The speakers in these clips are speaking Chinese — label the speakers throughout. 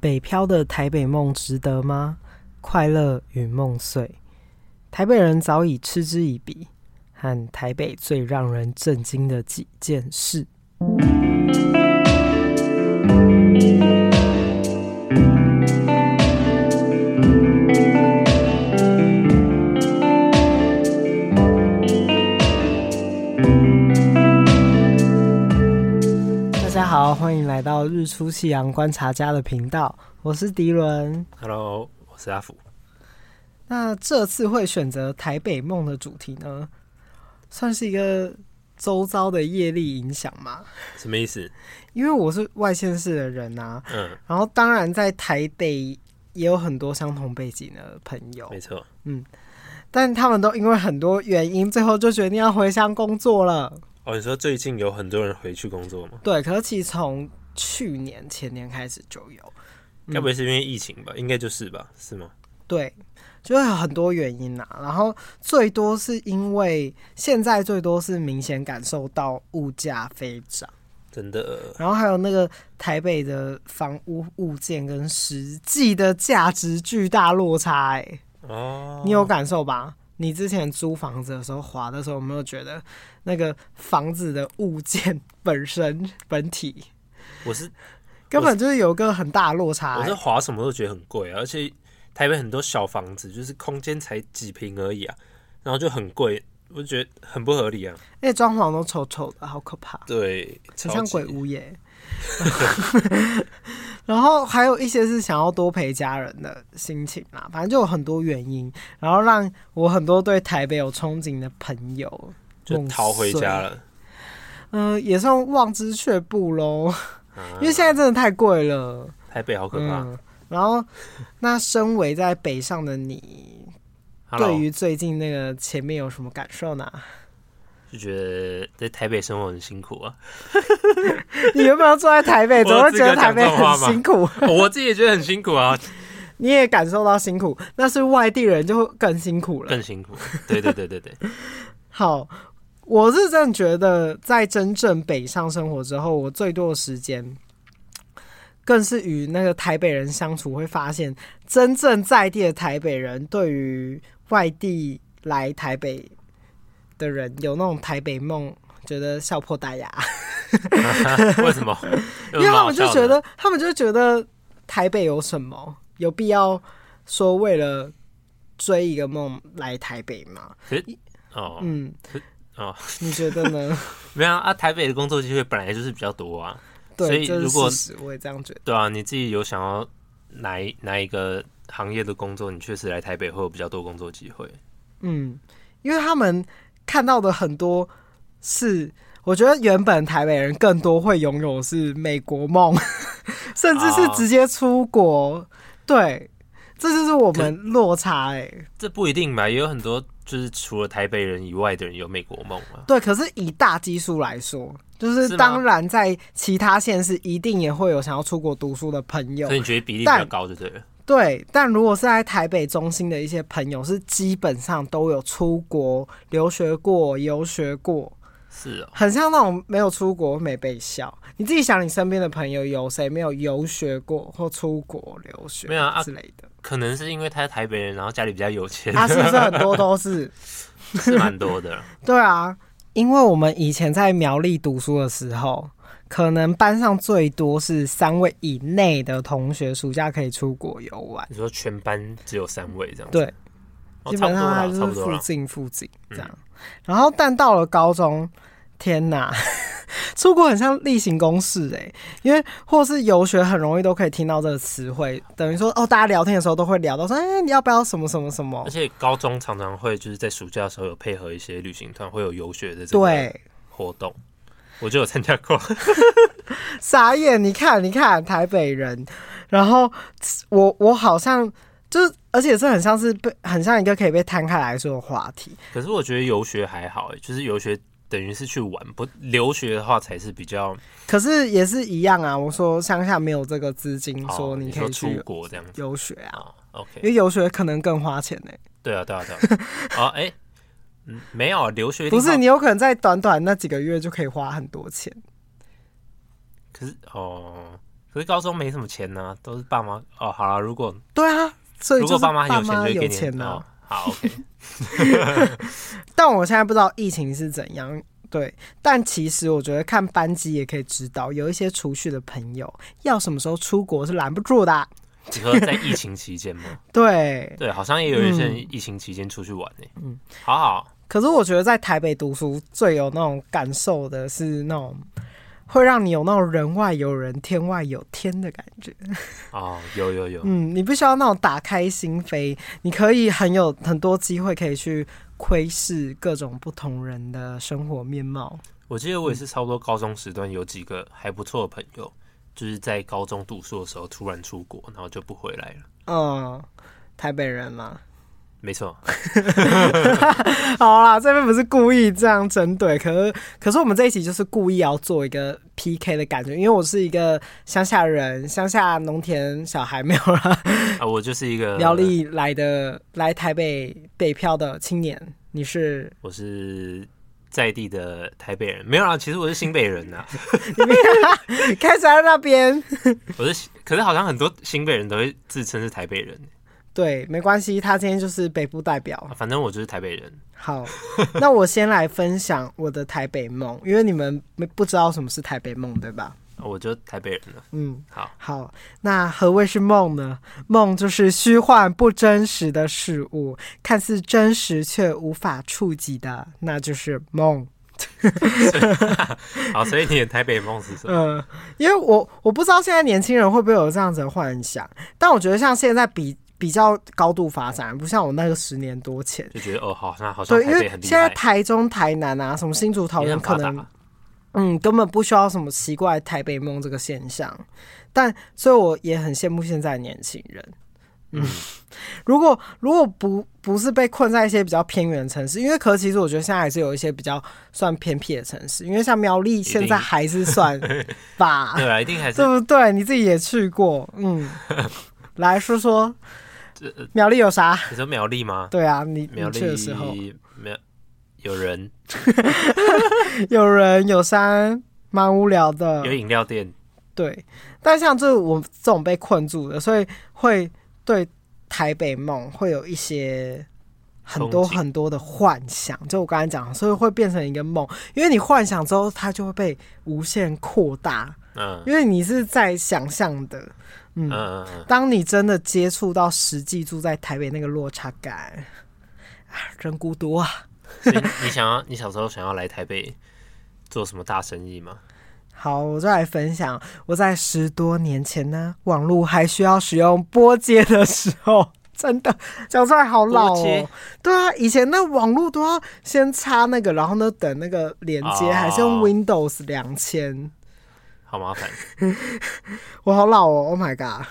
Speaker 1: 北漂的台北梦值得吗？快乐与梦碎，台北人早已嗤之以鼻。和台北最让人震惊的几件事。大家好，欢迎来到日出夕阳观察家的频道，我是迪伦。
Speaker 2: Hello，我是阿福。
Speaker 1: 那这次会选择台北梦的主题呢，算是一个周遭的业力影响嘛？
Speaker 2: 什么意思？
Speaker 1: 因为我是外县市的人啊，
Speaker 2: 嗯，
Speaker 1: 然后当然在台北也有很多相同背景的朋友
Speaker 2: 没，错。
Speaker 1: 但他们都因为很多原因，最后就决定要回乡工作了。
Speaker 2: 哦，你说最近有很多人回去工作吗？
Speaker 1: 对，可是其实从去年前年开始就有，嗯
Speaker 2: 该不会是因为疫情吧？应该就是吧？是吗？
Speaker 1: 对，就是有很多原因啦、啊然后最多是因为现在最多是明显感受到物价飞涨，
Speaker 2: 真的，
Speaker 1: 然后还有那个台北的房屋物件跟实际的价值巨大落差、欸，
Speaker 2: 哦，
Speaker 1: 你有感受吧？你之前租房子的时候划的时候，有没有觉得那个房子的物件本身本体
Speaker 2: 我是
Speaker 1: 根本就是有一个很大的落差、
Speaker 2: 我是
Speaker 1: 欸？
Speaker 2: 划什么都觉得很贵啊，而且台北很多小房子就是空间才几平而已啊，然后就很贵，我就觉得很不合理啊。
Speaker 1: 那哎装潢都丑丑的，好可怕。
Speaker 2: 对，
Speaker 1: 很
Speaker 2: 超
Speaker 1: 像
Speaker 2: 级
Speaker 1: 鬼。屋耶。 然后还有一些是想要多陪家人的心情啦，反正就有很多原因，然后让我很多对台北有憧憬的朋友，
Speaker 2: 就逃回家了。
Speaker 1: 嗯、呃，也算望之却步喽，
Speaker 2: 啊
Speaker 1: 因为现在真的太贵了，
Speaker 2: 台北好可怕。
Speaker 1: 嗯。然后，那身为在北上的你，
Speaker 2: Hello，
Speaker 1: 对于最近那个前面有什么感受呢？
Speaker 2: 就觉得在台北生活很辛苦啊。
Speaker 1: 你原本要住在台北，怎么会觉得台北
Speaker 2: 我有资格讲这种话吗
Speaker 1: 很辛苦？
Speaker 2: 我自己也觉得很辛苦啊，
Speaker 1: 你也感受到辛苦，那是外地人就会更辛苦了。
Speaker 2: 更辛苦。对对对对对，
Speaker 1: 好，我是真的觉得，在真正北上生活之后，我最多的时间，更是与那个台北人相处，会发现真正在地的台北人对于外地来台北的人有那种台北梦，觉得笑破大牙，
Speaker 2: 为什么？
Speaker 1: 因为他们就觉得，他们就觉得台北有什么有必要说为了追一个梦来台北吗？
Speaker 2: 哦，
Speaker 1: 嗯，
Speaker 2: 哦，
Speaker 1: 你觉得 呢？
Speaker 2: 没有啊啊，台北的工作机会本来就是比较多啊，所
Speaker 1: 对，
Speaker 2: 以
Speaker 1: 这是
Speaker 2: 如果
Speaker 1: 事实，我也这样觉得。
Speaker 2: 对啊，你自己有想要哪一哪一个行业的工作，你确实来台北会有比较多工作机会。
Speaker 1: 嗯，因为他们看到的很多是，我觉得原本台北人更多会拥有是美国梦， 甚至是
Speaker 2: 哦
Speaker 1: 直接出国。对，这就是我们落差哎、
Speaker 2: 这不一定吧，也有很多就是除了台北人以外的人有美国梦啊。
Speaker 1: 对，可是以大基数来说，就是
Speaker 2: 是吗
Speaker 1: 当然在其他县市一定也会有想要出国读书的朋友
Speaker 2: 所以，你觉得比例比
Speaker 1: 但
Speaker 2: 较高就对了。
Speaker 1: 对。但如果是在台北中心的一些朋友，是基本上都有出国留学过、游学过，
Speaker 2: 是哦，
Speaker 1: 很像那种没有出国没被笑。你自己想，你身边的朋友有谁没有游学过或出国留学
Speaker 2: 没有啊
Speaker 1: 之类的？啊
Speaker 2: 可能是因为他是台北人，然后家里比较有钱，
Speaker 1: 他、是不是很多都是？
Speaker 2: 是蛮多的。
Speaker 1: 对啊，因为我们以前在苗栗读书的时候，可能班上最多是三位以内的同学，暑假可以出国游玩。
Speaker 2: 你说全班只有三位这样子，
Speaker 1: 对，
Speaker 2: 哦，
Speaker 1: 基
Speaker 2: 差
Speaker 1: 本
Speaker 2: 不多
Speaker 1: 上它
Speaker 2: 啦，差
Speaker 1: 就是
Speaker 2: 不多
Speaker 1: 附
Speaker 2: 啦。嗯
Speaker 1: 近附近这样。然后，但到了高中，天哪， 出国很像例行公事哎、因为或是游学很容易都可以听到这个词汇，等于说哦，大家聊天的时候都会聊到说，哎、你要不要什么什么什么
Speaker 2: 而？且高中常常会就是在暑假的时候有配合一些旅行团，会有游学的这个
Speaker 1: 对，
Speaker 2: 活动，我就有参加过。
Speaker 1: 傻眼，你看，你看，台北人，然后我我好像就是，而且这很像是被很像一个可以被摊开来说的话题，
Speaker 2: 可是我觉得游学还好、欸，就是游学等于是去玩，不留学的话才是比较
Speaker 1: 可是也是一样啊。我说乡下没有这个资金，
Speaker 2: 哦
Speaker 1: 说
Speaker 2: 你
Speaker 1: 可以
Speaker 2: 说出
Speaker 1: 去
Speaker 2: 国这样子
Speaker 1: 游学啊。
Speaker 2: 啊、o
Speaker 1: 因
Speaker 2: k
Speaker 1: 为游学可能更花钱呢、
Speaker 2: 对啊，对啊，对 啊。哦，哎、嗯，没有啊留学一定
Speaker 1: 不是，
Speaker 2: 要
Speaker 1: 你有可能在短短那几个月就可以花很多钱。
Speaker 2: 可是哦，可是高中没什么钱呢、都是爸妈哦。好了，如果
Speaker 1: 对啊，所以
Speaker 2: 如
Speaker 1: 就是
Speaker 2: 果爸妈很
Speaker 1: 有
Speaker 2: 钱，就会给你
Speaker 1: 钱啊呐、
Speaker 2: 哦。好，OK，
Speaker 1: 但我现在不知道疫情是怎样。对，但其实我觉得看班机也可以知道，有一些储蓄的朋友要什么时候出国是拦不住的啊。
Speaker 2: 你说在疫情期间吗？
Speaker 1: 对，
Speaker 2: 对，好像也有一些人疫情期间出去玩呢、
Speaker 1: 嗯
Speaker 2: 嗯，好好，
Speaker 1: 可是我觉得在台北读书最有那种感受的是那种会让你有那种人外有人、天外有天的感觉。
Speaker 2: 哦，有有有，
Speaker 1: 嗯，你不需要那种打开心扉，你可以很有很多机会可以去窥视各种不同人的生活面貌。
Speaker 2: 我记得我也是差不多高中时段有几个还不错的朋友，就是在高中读书的时候突然出国，然后就不回来了。
Speaker 1: 嗯，台北人嘛，
Speaker 2: 没错，
Speaker 1: 好啦，这边不是故意这样针对，可是可是我们这一集就是故意要做一个 PK 的感觉，因为我是一个乡下人，乡下农田小孩没有啦，
Speaker 2: 啊，我就是一个
Speaker 1: 苗，栗来的来台北北漂的青年，你是
Speaker 2: 我是在地的台北人，没有啊，其实我是新北人啊呐、
Speaker 1: 开始在那边。
Speaker 2: 我是新，可是好像很多新北人都会自称是台北人、
Speaker 1: 对，没关系，他今天就是北部代表
Speaker 2: 啊。反正我就是台北人。
Speaker 1: 好， 那我先来分享我的台北梦，因为你们没不知道什么是台北梦，对吧？
Speaker 2: 啊我就台北人了。
Speaker 1: 嗯，
Speaker 2: 好，
Speaker 1: 好，那何谓是梦呢？梦就是虚幻不真实的事物，看似真实却无法触及的，那就是梦。
Speaker 2: 好，所以你的台北梦是什么？
Speaker 1: 嗯，因为我我不知道现在年轻人会不会有这样子的幻想，但我觉得像现在比比较高度发展，不像我那个十年多前。
Speaker 2: 就觉得哦，好，那好像
Speaker 1: 对，因
Speaker 2: 台
Speaker 1: 为
Speaker 2: 北很厉
Speaker 1: 现在
Speaker 2: 害，
Speaker 1: 台中、台南啊，什么新竹、桃
Speaker 2: 也
Speaker 1: 园，
Speaker 2: 很
Speaker 1: 可
Speaker 2: 发达
Speaker 1: 能。嗯，根本不需要什么奇怪台北梦这个现象，但所以我也很羡慕现在的年轻人。嗯， 如果如果不不是被困在一些比较偏远的城市，因为可是其实我觉得现在还是有一些比较算偏僻的城市，因为像苗栗现在还是 算吧，
Speaker 2: 对啊，一定还是
Speaker 1: 对不对？你自己也去过， 嗯，来说说
Speaker 2: 这呃
Speaker 1: 苗栗有啥？
Speaker 2: 你说苗栗吗？
Speaker 1: 对啊，你
Speaker 2: 苗
Speaker 1: 你
Speaker 2: 栗
Speaker 1: 去的时候，
Speaker 2: 没有有人
Speaker 1: 有人有山，蛮无聊的，
Speaker 2: 有饮料店，
Speaker 1: 对，但像这我这种被困住的，所以会对台北梦会有一些很多
Speaker 2: 憧憬
Speaker 1: 很多的幻想。就我刚才讲的，所以会变成一个梦，因为你幻想之后，它就会被无限扩大，
Speaker 2: 嗯
Speaker 1: 因为你是在想象的。
Speaker 2: 嗯
Speaker 1: 嗯，
Speaker 2: 嗯嗯，
Speaker 1: 当你真的接触到实际住在台北那个落差感，啊，真孤独啊！
Speaker 2: 所以你想要，你小时候想要来台北做什么大生意吗？
Speaker 1: 好，我就来分享我在十多年前呢，网络还需要使用波接的时候，真的讲出来好老哦
Speaker 2: 波接。
Speaker 1: 对啊，以前那网络都要先插那个，然后呢等那个连接，
Speaker 2: 哦
Speaker 1: 还是用 Windows 两千，
Speaker 2: 好麻烦。
Speaker 1: 我好老哦，Oh my god！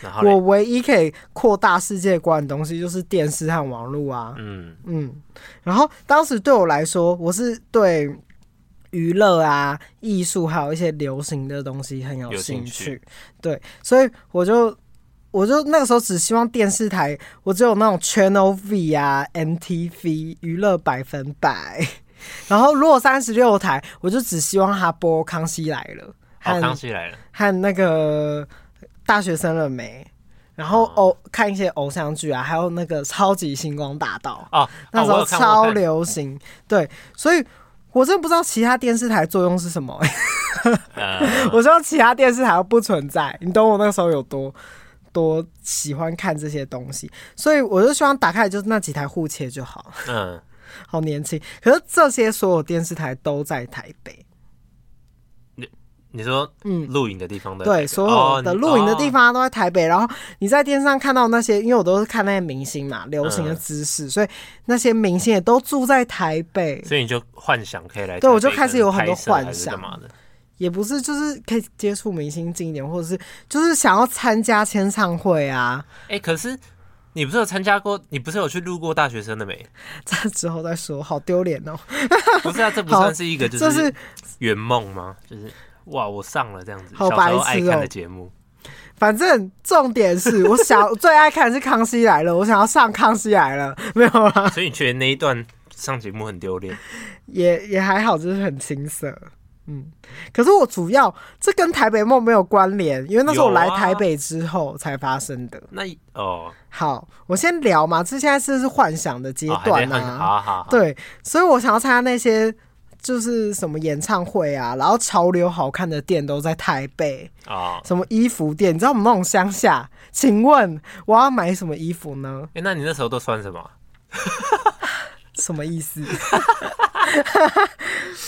Speaker 2: 然后嘞
Speaker 1: 我唯一可以扩大世界观的东西就是电视和网络啊。
Speaker 2: 嗯，
Speaker 1: 嗯，然后当时对我来说，我是对娱乐啊、艺术还有一些流行的东西很有
Speaker 2: 有
Speaker 1: 兴
Speaker 2: 兴
Speaker 1: 趣，
Speaker 2: 趣
Speaker 1: 对，所以我就我就那个时候只希望电视台，我只有那种 Channel V 啊、MTV 娱乐百分百， 然后如果三十六台，我就只希望他播《康熙来了》
Speaker 2: 好，哦康
Speaker 1: 和
Speaker 2: 熙来了，
Speaker 1: 和那个大学生了没。然后
Speaker 2: 哦
Speaker 1: 偶、看一些偶像剧啊，还有那个超级星光大道，
Speaker 2: 哦，
Speaker 1: 那
Speaker 2: 哦
Speaker 1: 时
Speaker 2: 我
Speaker 1: 候
Speaker 2: 有看我
Speaker 1: 超
Speaker 2: 有看
Speaker 1: 流行，对，所以我真的不知道其他电视台作用是什么、
Speaker 2: 呃，
Speaker 1: 我知道其他电视台不存在，你懂我那时候有多多喜欢看这些东西，所以我就希望打开就是那几台互切就好，
Speaker 2: 嗯，
Speaker 1: 好年轻。可是这些所有电视台都在台北，
Speaker 2: 你说
Speaker 1: 嗯
Speaker 2: 露营的地方的那
Speaker 1: 对，
Speaker 2: 个
Speaker 1: 所
Speaker 2: 哦
Speaker 1: 有的
Speaker 2: 你
Speaker 1: 露营的地
Speaker 2: 哦
Speaker 1: 方都在台北。然后你在电视上看到那些，因为我都是看那些明星嘛，流行的
Speaker 2: 嗯
Speaker 1: 知识，所以那些明星也都住在台北。
Speaker 2: 哦所以你就幻想可以来台北，
Speaker 1: 对我就开始有很多
Speaker 2: 可能拍摄
Speaker 1: 幻想
Speaker 2: 还是干嘛的？
Speaker 1: 也不是，就是可以接触明星近一点，或者是就是想要参加签唱会啊，
Speaker 2: 哎，可是你不是有参加过？你不是有去录过大学生的没？
Speaker 1: 这之后再说，好丢脸哦。
Speaker 2: 不是啊，这不
Speaker 1: 好
Speaker 2: 算是一个
Speaker 1: 这
Speaker 2: 就是是圆梦吗？就是哇，我上了这样子，
Speaker 1: 好
Speaker 2: 小时
Speaker 1: 白
Speaker 2: 候爱
Speaker 1: 痴
Speaker 2: 看
Speaker 1: 哦
Speaker 2: 的节目。
Speaker 1: 反正重点是，我想我最爱看的是《康熙来了》，我想要上《康熙来了》， 没有啊啦，
Speaker 2: 所以你觉得那一段上节目很丢脸？
Speaker 1: 也也还好，就是很青涩。嗯可是我主要这跟台北梦没有关联，因为那是我
Speaker 2: 有啊
Speaker 1: 来台北之后才发生的。
Speaker 2: 那哦，
Speaker 1: 好，我先聊嘛，这现在是是幻想的阶
Speaker 2: 哦还
Speaker 1: 段
Speaker 2: 在很
Speaker 1: 啊。
Speaker 2: 好好好，
Speaker 1: 对，所以我想要参加那些就是什么演唱会啊，然后潮流好看的店都在台北，
Speaker 2: 哦，
Speaker 1: 什么衣服店，你知道我们那种乡下，请问我要买什么衣服呢？
Speaker 2: 哎、那你那时候都穿什么？
Speaker 1: 什么意思？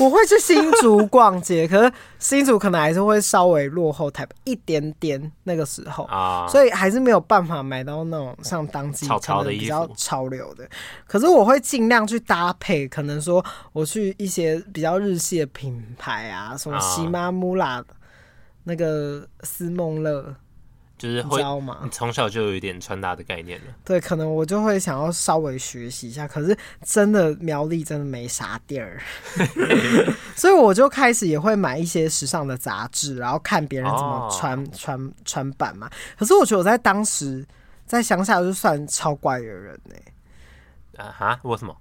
Speaker 1: 我会去新竹逛街，可是新竹可能还是会稍微落后台北一点点，那个时候。
Speaker 2: 啊、
Speaker 1: 所以还是没有办法买到那种像当季
Speaker 2: 潮潮的
Speaker 1: 可能比
Speaker 2: 衣服
Speaker 1: 较潮流的，可是我会尽量去搭配，可能说我去一些比较日系的品牌啊，什么
Speaker 2: 啊
Speaker 1: 喜妈穆拉、那个思梦乐，
Speaker 2: 就是
Speaker 1: 你
Speaker 2: 会
Speaker 1: 知道吗？
Speaker 2: 你从小就有一点穿搭的概念了。
Speaker 1: 对，可能我就会想要稍微学习一下，可是真的苗栗真的没啥地 儿，所以我就开始也会买一些时尚的杂志，然后看别人怎么
Speaker 2: 哦
Speaker 1: 穿、穿穿版嘛。可是我觉得我在当时在乡下就算超怪的人呢、
Speaker 2: 啊哈，为什么？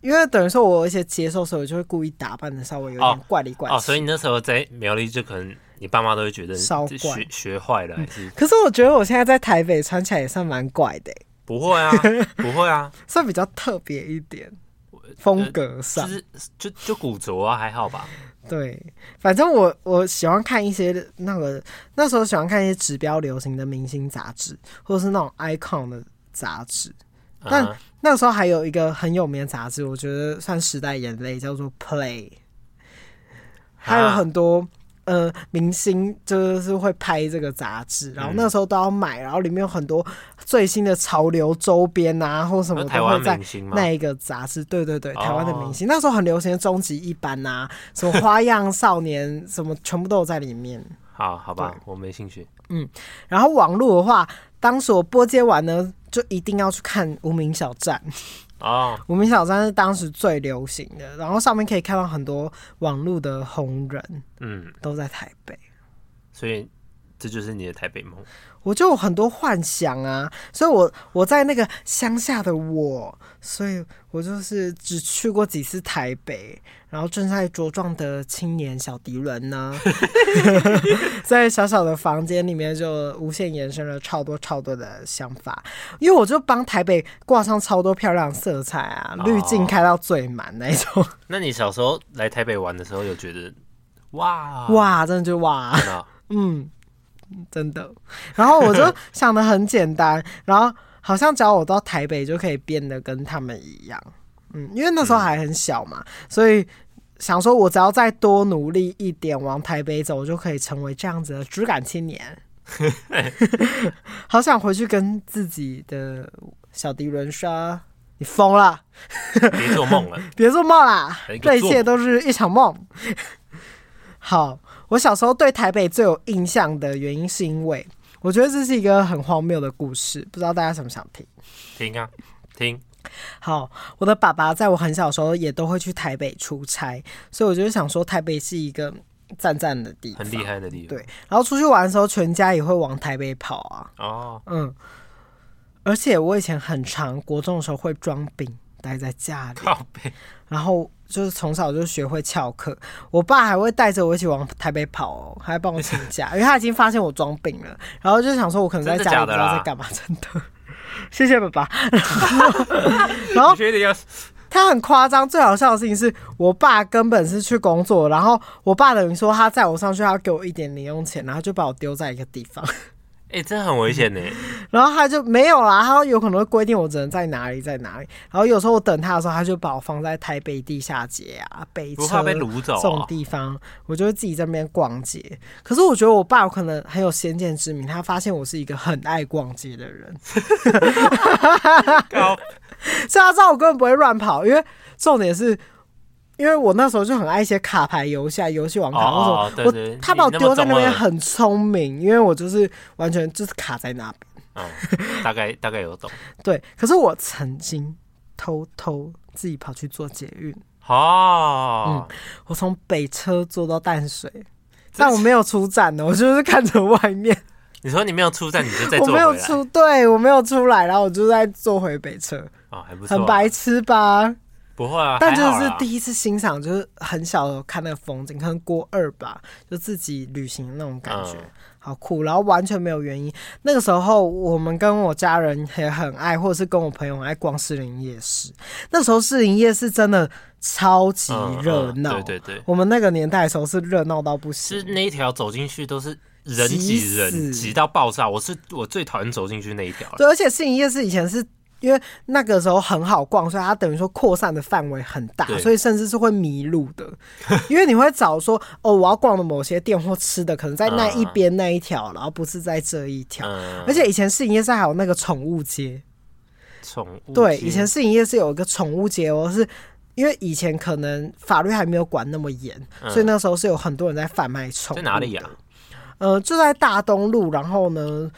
Speaker 1: 因为等于说我有一些接受，所以我就会故意打扮的稍微有点
Speaker 2: 哦
Speaker 1: 怪里怪气。
Speaker 2: 哦，所以你那时候在苗栗，就可能你爸妈都会觉得
Speaker 1: 烧
Speaker 2: 这
Speaker 1: 怪
Speaker 2: 学学坏 了，还是
Speaker 1: 可是我觉得我现在在台北穿起来也算蛮怪的欸、
Speaker 2: 不会 啊，不会啊，
Speaker 1: 算比较特别一点，风格
Speaker 2: 呃就
Speaker 1: 上。
Speaker 2: 是就就古着啊，还好吧？
Speaker 1: 对，反正我我喜欢看一些那个那时候喜欢看一些指标流行的明星杂志，或者是那种 icon 的杂志。但
Speaker 2: 嗯
Speaker 1: 那时候还有一个很有名的杂志，我觉得算时代眼泪，叫做 Play，还
Speaker 2: 啊
Speaker 1: 有很多。呃，明星就是会拍这个杂志，
Speaker 2: 嗯
Speaker 1: 然后那时候都要买，然后里面有很多最新的潮流周边啊，或什么
Speaker 2: 那
Speaker 1: 都
Speaker 2: 台
Speaker 1: 会
Speaker 2: 湾
Speaker 1: 在
Speaker 2: 明星吗？
Speaker 1: 那一个杂志，对对对，
Speaker 2: 哦
Speaker 1: 台湾的明星、那时候很流行的终极一班呐、什么花样少年，什么全部都有在里面。
Speaker 2: 好好吧，我没兴趣。
Speaker 1: 然后网络的话，当时我播接完呢，就一定要去看无名小站，
Speaker 2: 哦，
Speaker 1: 无名小站是当时最流行的，然后上面可以看到很多网络的红人
Speaker 2: 嗯，
Speaker 1: 都在台北。
Speaker 2: 所以这就是你的台北梦。
Speaker 1: 我就有很多幻想啊，所以我我在那个乡下的我，所以我就是只去过几次台北，然后正在茁壮的青年小迪伦呢， 在小小的房间里面就无限延伸了超多超多的想法，因为我就帮台北挂上超多漂亮色彩啊，
Speaker 2: 哦
Speaker 1: 滤镜开到最满那种，
Speaker 2: 那你小时候来台北玩的时候，有觉得哇
Speaker 1: 哇，真的就哇。
Speaker 2: 那
Speaker 1: 嗯，真的。然后我就想的很简单，然后好像只要我到台北就可以变得跟他们一样。嗯，因为那时候还很小嘛，所以想说我只要再多努力一点，往台北走，我就可以成为这样子的质感青年。好想回去跟自己的小迪伦说：“你疯了，
Speaker 2: 别做梦了，
Speaker 1: 别做梦啦
Speaker 2: 还有，一个
Speaker 1: 这一
Speaker 2: 做
Speaker 1: 切
Speaker 2: 梦
Speaker 1: 都是一场梦。 好，我小时候对台北最有印象的原因，是因为我觉得这是一个很荒谬的故事，不知道大家想不想听？
Speaker 2: 听啊听，
Speaker 1: 好，我的爸爸在我很小的时候也都会去台北出差，所以我就想说，台北是一个赞赞的地方，
Speaker 2: 很厉。害的地方。
Speaker 1: 对，然后出去玩的时候，全家也会往台北跑啊，
Speaker 2: 哦，
Speaker 1: 嗯。而且我以前很常国中的时候会装病，待在家里。
Speaker 2: 靠背
Speaker 1: 然后就是从小就学会翘课，我爸还会带着我一起往台北跑哦，还帮我请 假，因为他已经发现我装病了，然后就想说我可能在
Speaker 2: 真
Speaker 1: 家
Speaker 2: 的
Speaker 1: 里
Speaker 2: 假
Speaker 1: 不
Speaker 2: 的
Speaker 1: 知道
Speaker 2: 啦
Speaker 1: 在干嘛，真的。 谢谢爸爸。 然后
Speaker 2: 你确定要
Speaker 1: 他很夸张，最好笑的事情是我爸根本是去工作，然后我爸等于说他载我上去，他要给我一点零用钱，然后就把我丢在一个地方，
Speaker 2: 哎、这很危险呢。
Speaker 1: 然后他就没有啦，他有可能会规定我只能在哪里在哪里，然后有时候我等他的时候，他就把我放在台北地下街啊、北
Speaker 2: 不
Speaker 1: 车
Speaker 2: 怕被掳走
Speaker 1: 这种
Speaker 2: 啊、
Speaker 1: 地方，我就会自己在那边逛街。可是我觉得我爸有可能很有先见之明，他发现我是一个很爱逛街的人， 所
Speaker 2: 靠
Speaker 1: 以他知道我根本不会乱跑。因为重点是，因为我那时候就很爱一些卡牌游戏、啊、游戏王卡
Speaker 2: 哦哦
Speaker 1: 那种，
Speaker 2: 哦对
Speaker 1: 我
Speaker 2: 对
Speaker 1: 他把我
Speaker 2: 你那
Speaker 1: 丢
Speaker 2: 么
Speaker 1: 在那边
Speaker 2: 中二
Speaker 1: 很聪明，因为我就是完全就是卡在那边。
Speaker 2: 嗯，大概大概有懂。
Speaker 1: 对，可是我曾经偷偷自己跑去做捷运，
Speaker 2: 哦，
Speaker 1: 我从北车坐到淡水。但我没有出站的，我就是看着外面。
Speaker 2: 你说你没有出站，你就再
Speaker 1: 我
Speaker 2: 坐
Speaker 1: 没
Speaker 2: 回
Speaker 1: 有
Speaker 2: 来。
Speaker 1: 出，对我没有出来，然后我就在坐回北车，
Speaker 2: 哦，还不错、
Speaker 1: 很白痴吧？
Speaker 2: 不会啊，
Speaker 1: 但就
Speaker 2: 还好
Speaker 1: 是
Speaker 2: 啦
Speaker 1: 第一次欣赏，就是很小的时候看那个风景，可能国二吧，就自己旅行那种感觉，
Speaker 2: 嗯
Speaker 1: 好酷。然后完全没有原因。那个时候我们跟我家人也很爱，或者是跟我朋友很爱逛士林夜市。那时候士林夜市真的超级
Speaker 2: 嗯
Speaker 1: 热
Speaker 2: 嗯
Speaker 1: 闹、
Speaker 2: 对对对，
Speaker 1: 我们那个年代的时候是热闹到不行，
Speaker 2: 是
Speaker 1: 欸
Speaker 2: 那一条走进去都是人
Speaker 1: 挤
Speaker 2: 挤人，
Speaker 1: 死
Speaker 2: 挤到爆炸。我是我最讨厌走进去那一条了。
Speaker 1: 对，而且士林夜市以前是因为那个时候很好逛，所以它等于说扩散的范围很大，
Speaker 2: 对
Speaker 1: 所以甚至是会迷路 的，因为你会找说哦，我要逛的某些店或吃的，可能在那一边那一条，然后不是在这一条。
Speaker 2: 啊嗯，
Speaker 1: 而且以前士林夜市还有那个宠物街，
Speaker 2: 宠物
Speaker 1: 对，
Speaker 2: 街
Speaker 1: 以前士林夜市有一个宠物街哦，是。因为以前可能法律还没有管那么严，
Speaker 2: 嗯
Speaker 1: 所以那时候是有很多人在贩卖宠物。
Speaker 2: 在哪里啊呀、？
Speaker 1: 呃，就在大东路，然后呢，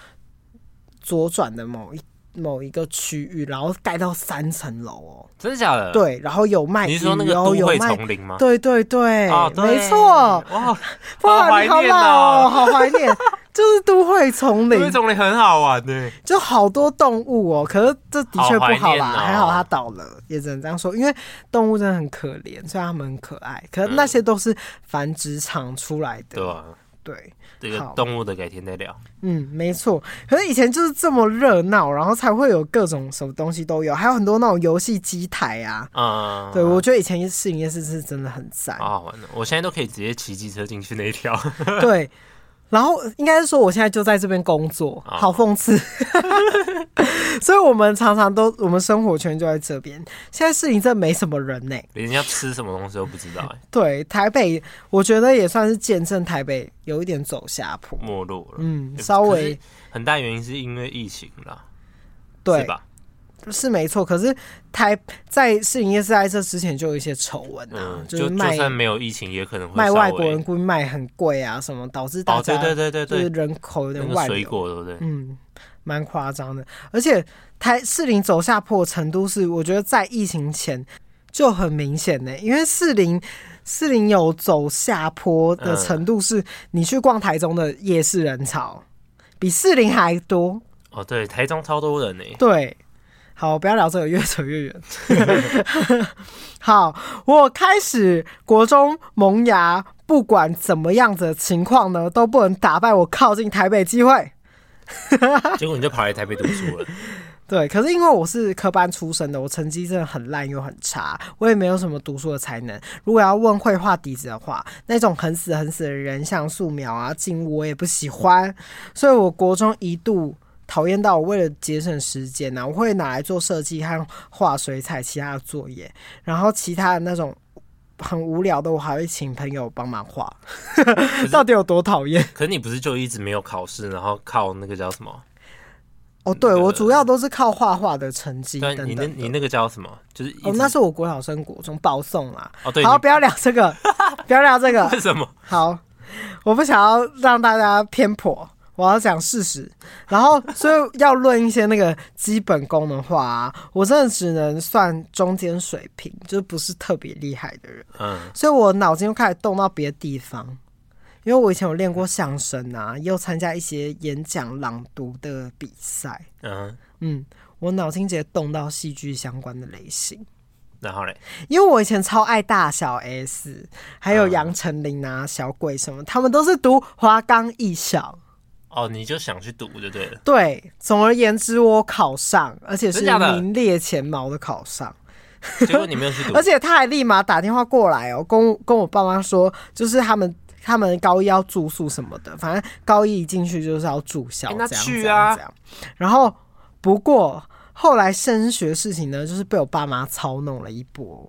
Speaker 1: 左转的某一某一个区域，然后盖到三层楼哦。
Speaker 2: 真的假的？，
Speaker 1: 对，然后有卖
Speaker 2: 嗯你
Speaker 1: 鱼
Speaker 2: 是说那个
Speaker 1: 哦，
Speaker 2: 都
Speaker 1: 有
Speaker 2: 会
Speaker 1: 卖。
Speaker 2: 丛林吗？
Speaker 1: 对对对，
Speaker 2: 哦，对
Speaker 1: 没错，
Speaker 2: 哇，
Speaker 1: 哇，你好
Speaker 2: 怀念
Speaker 1: 老、
Speaker 2: 哦
Speaker 1: 哦，好怀念， 就是都会丛
Speaker 2: 都会
Speaker 1: 林，
Speaker 2: 丛林很好玩欸呢。
Speaker 1: 就好多动物哦。可是这的确不
Speaker 2: 好怀
Speaker 1: 好
Speaker 2: 念
Speaker 1: 啦，
Speaker 2: 哦
Speaker 1: 还好它倒了，也只能这样说，因为动物真的很可怜，虽然它们很可爱，可是那些都是繁殖场出来的。
Speaker 2: 对吧？
Speaker 1: 对，
Speaker 2: 这个
Speaker 1: 好
Speaker 2: 动物的改天再聊。
Speaker 1: 嗯，没错。可是以前就是这么热闹，然后才会有各种什么东西都有，还有很多那种游戏机台啊。
Speaker 2: 嗯，
Speaker 1: 对，我觉得以前市营夜市是真的很赞。
Speaker 2: 好好玩的。哦我现在都可以直接骑机车进去那一条。
Speaker 1: 对，然后应该是说我现在就在这边工作，
Speaker 2: 哦
Speaker 1: 好讽刺。 所以我们常常都，我们生活圈就在这边。现在市营这没什么人呢、
Speaker 2: 连人家吃什么东西都不知道、 哎，
Speaker 1: 对，台北我觉得也算是见证台北有一点走下坡。
Speaker 2: 没落了。欸
Speaker 1: 嗯，
Speaker 2: 可是
Speaker 1: 稍微
Speaker 2: 很大原因是因为疫情啦，
Speaker 1: 对
Speaker 2: 是吧？
Speaker 1: 是没错，可是台在市营业是在这之前就有一些丑闻啊，
Speaker 2: 嗯，
Speaker 1: 是
Speaker 2: 就
Speaker 1: 卖
Speaker 2: 算没有疫情，也可能会
Speaker 1: 卖
Speaker 2: 稍
Speaker 1: 外
Speaker 2: 微
Speaker 1: 国人故意卖很贵啊，什么导致大
Speaker 2: 哦，
Speaker 1: 家
Speaker 2: 对对对对
Speaker 1: 就是
Speaker 2: 对，
Speaker 1: 人口有
Speaker 2: 那
Speaker 1: 点
Speaker 2: 个
Speaker 1: 外
Speaker 2: 水
Speaker 1: 流，
Speaker 2: 果对不对？
Speaker 1: 嗯，蛮夸张的。而且台士林走下坡的程度是，我觉得在疫情前就很明显呢、因为士林士林有走下坡
Speaker 2: 嗯
Speaker 1: 的程度是，你去逛台中的夜市人潮比士林还多，
Speaker 2: 哦，对，台中超 多人呢、
Speaker 1: 对，好，不要聊这个，越扯越远。 好，我开始国中萌芽，不管怎么样子的情况呢，都不能打败我靠近台北机会。
Speaker 2: 结果你就跑来台北读书了，
Speaker 1: 对，可是因为我是科班出身的，我成绩真的很烂又很差，我也没有什么读书的才能。如果要问绘画底子的话，那种很死很死的人像素描啊、静物我也不喜欢，所以我国中一度讨厌到我为了节省时间啊呢、我会拿来做设计和画水彩其他的作业，然后其他的那种。很无聊的，我还会请朋友帮忙画， 到底有多讨厌？
Speaker 2: 可是你不是就一直没有考试，然后靠那个叫 什么？
Speaker 1: 哦，对我
Speaker 2: 那个
Speaker 1: 主要都是靠画画的成绩
Speaker 2: 对啊
Speaker 1: 等，等
Speaker 2: 你那
Speaker 1: 的
Speaker 2: 你那个叫什么？就是一
Speaker 1: 哦，
Speaker 2: 直
Speaker 1: 那是我国小升国中保送啦。
Speaker 2: 哦对，
Speaker 1: 好，
Speaker 2: 你
Speaker 1: 不要聊这个， 不要聊这 个。
Speaker 2: 为什么？
Speaker 1: 好，我不想要让大家偏颇，我要讲事实。然后，所以要论一些那个基本功的话、啊，我真的只能算中间水平，就不是特别厉害的人。
Speaker 2: 嗯，
Speaker 1: 所以我脑筋又开始动到别的地方，因为我以前有练过相声啊，又参加一些演讲朗读的比赛。
Speaker 2: 嗯，
Speaker 1: 嗯，我脑筋直接动到戏剧相关的类型。
Speaker 2: 然后嘞，
Speaker 1: 因为我以前超爱大小 S，还有
Speaker 2: 嗯
Speaker 1: 杨丞琳啊、小鬼什么，他们都是读华冈艺校。
Speaker 2: 哦，你就想去读就对了。
Speaker 1: 对，总而言之，我考上，而且是
Speaker 2: 真假的
Speaker 1: 名列前茅的考上，
Speaker 2: 结果你没有去读
Speaker 1: 而，且他还立马打电话过来哦，跟跟我爸妈说，就是他们他们高一要住宿什么的，反正高一一进去就是要住校，
Speaker 2: 哎
Speaker 1: 这
Speaker 2: 那
Speaker 1: 样这
Speaker 2: 去
Speaker 1: 样
Speaker 2: 啊
Speaker 1: 这样。然后不过后来升学事情呢，就是被我爸妈操弄了一波。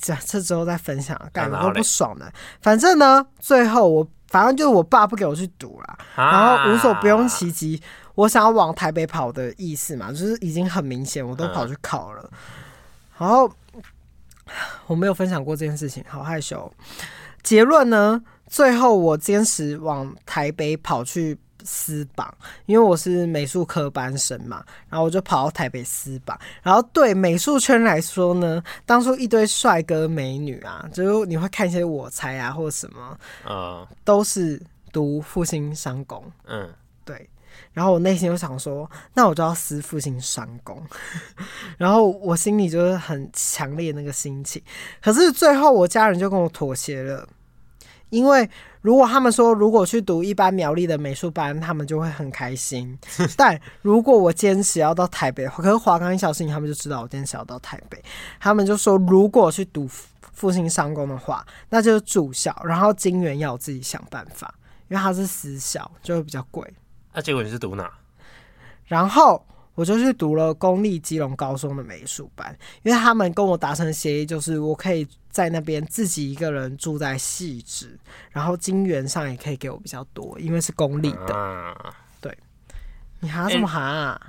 Speaker 1: 这这之后再分享，干
Speaker 2: 然
Speaker 1: 嘛
Speaker 2: 后
Speaker 1: 都
Speaker 2: 嘞
Speaker 1: 不爽的。反正呢，最后我反正就是我爸不给我去读啦，然
Speaker 2: 啊
Speaker 1: 后无所不用其极。我想要往台北跑的意思嘛，就是已经很明显，我都跑去考了。然后我没有分享过这件事情，好害羞哦。结论呢，最后我坚持往台北跑去私榜，因为我是美术科班生嘛，然后我就跑到台北私榜。然后对美术圈来说呢，当初一堆帅哥美女啊，就是你会看一些我猜啊或者什么，
Speaker 2: 呃，
Speaker 1: 都是读复兴商工。
Speaker 2: 嗯，
Speaker 1: 对，然后我内心就想说，那我就要私父亲上工， 然后我心里就是很强烈那个心情。可是最后我家人就跟我妥协了，因为如果他们说如果去读一般苗栗的美术班，他们就会很开心；但如果我坚持要到台北，可是华冈一小事情他们就知道我坚持要到台北，他们就说如果去读复兴商工的话，那就是住校，然后金源要我自己想办法，因为它是私校，就会比较贵。
Speaker 2: 那、结果你是读哪？
Speaker 1: 然后我就去读了公立基隆高中的美术班，因为他们跟我达成协议，就是我可以在那边自己一个人住在细致，然后金源上也可以给我比较多，因为是公立的。
Speaker 2: 啊，
Speaker 1: 你哈什么哈、啊？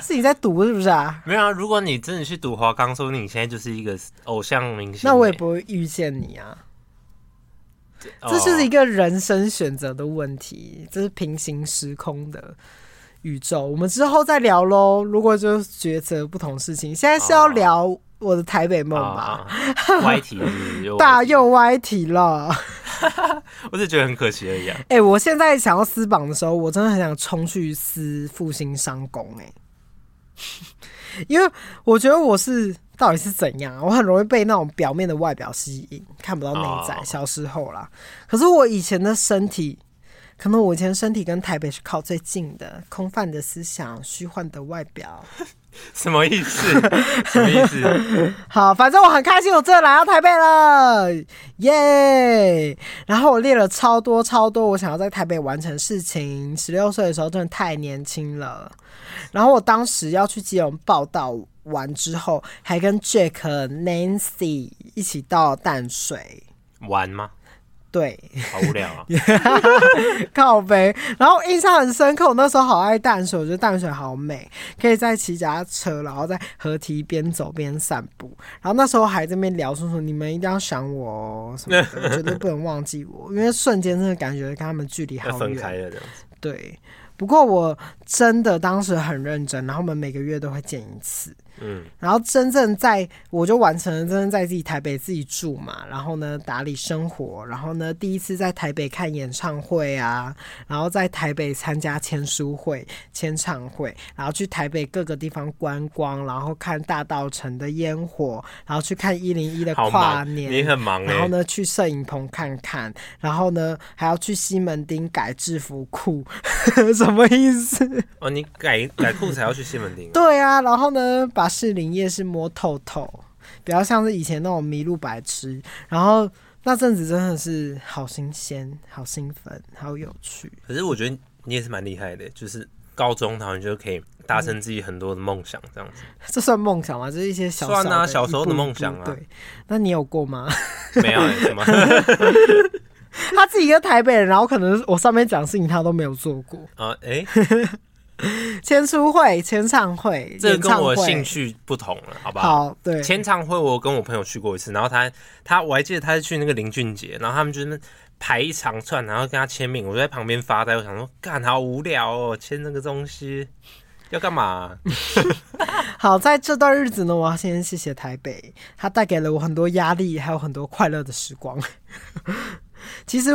Speaker 1: 自己在读是不是啊？
Speaker 2: 没有啊。如果你真的去读华冈，说不定你现在就是一个偶像明星欸。
Speaker 1: 那我也不会遇见你啊。
Speaker 2: 哦，
Speaker 1: 这就是一个人生选择的问题，这是平行时空的宇宙，我们之后再聊喽。如果就是抉择不同事情，现在是要聊我的台北梦吧？
Speaker 2: 啊啊歪题是 不是又
Speaker 1: 大
Speaker 2: 歪题
Speaker 1: 又歪题了。
Speaker 2: 我只是觉得很可惜而已啊。
Speaker 1: 哎、我现在想要撕榜的时候，我真的很想冲去撕复兴商工哎、因为我觉得我是到底是怎样啊，我很容易被那种表面的外表吸引，看不到内在。
Speaker 2: 哦
Speaker 1: 小时候啦，可是我以前的身体。可能我以前身体跟台北是靠最近的，空泛的思想，虚幻的外表。
Speaker 2: 什么意思？ 什么意思？
Speaker 1: 好，反正我很开心，我真的来到台北了，耶、然后我列了超多超多我想要在台北完成的事情。十六岁的时候真的太年轻了，然后我当时要去基隆报道完之后，还跟 Jack、Nancy 一起到淡水。
Speaker 2: 玩吗？
Speaker 1: 对，
Speaker 2: 好无 聊啊。
Speaker 1: 靠北。然后印象很深刻，我那时候好爱淡水，我觉得淡水好美，可以在骑脚踏车，然后在河堤边走边散步。然后那时候还在那边聊说说你们一定要想我哦什么的，绝对不能忘记我，因为瞬间真的感觉跟他们距离
Speaker 2: 要
Speaker 1: 好
Speaker 2: 分开
Speaker 1: 远。
Speaker 2: 了这样子。
Speaker 1: 对，不过我真的当时很认真，然后我们每个月都会见一次。
Speaker 2: 嗯，
Speaker 1: 然后真正在我就完成了，真正在自己台北自己住嘛，然后呢打理生活，然后呢第一次在台北看演唱会啊，然后在台北参加签书会、签唱会，然后去台北各个地方观光，然后看大道城的烟火，然后去看一零一的
Speaker 2: 好
Speaker 1: 跨
Speaker 2: 忙，
Speaker 1: 年，
Speaker 2: 你很忙
Speaker 1: 然后
Speaker 2: 哎、
Speaker 1: 呢，去摄影棚看看，然后呢，还要去西门町改制服裤， 什么意思？
Speaker 2: 哦，你改改裤才要去西门町、啊。
Speaker 1: 对啊，然后呢，把士林夜市摸透透，比较像是以前那种迷路白痴。然后那阵子真的是好新鲜、好兴奋、好有趣。
Speaker 2: 可是我觉得你也是蛮厉害的、就是高中好像就可以达成自己很多的梦想这 样子。
Speaker 1: 这算梦想吗？这是一些小
Speaker 2: 算啊
Speaker 1: 的
Speaker 2: 小时候
Speaker 1: 一步
Speaker 2: 的
Speaker 1: 一
Speaker 2: 梦
Speaker 1: 步
Speaker 2: 想啊
Speaker 1: 对，那你有过吗？
Speaker 2: 没有、欸、什么
Speaker 1: 他自己一个台北人，然后可能我上面讲的事情他都没有做过，
Speaker 2: 啊？哎、
Speaker 1: 签书会、签唱会、
Speaker 2: 这个
Speaker 1: 演
Speaker 2: 跟
Speaker 1: 唱
Speaker 2: 我
Speaker 1: 会。
Speaker 2: 兴趣不同了，好不好？
Speaker 1: 好，对，
Speaker 2: 签唱会我跟我朋友去过一次，然后他他我还记得他是去那个林俊杰，然后他们就是排一长串，然后跟他签名，我就在旁边发呆，我想说干好无聊哦，签那个东西要干嘛、
Speaker 1: 好，在这段日子呢，我要先谢谢台北，它带给了我很多压力，还有很多快乐的时光。 其实，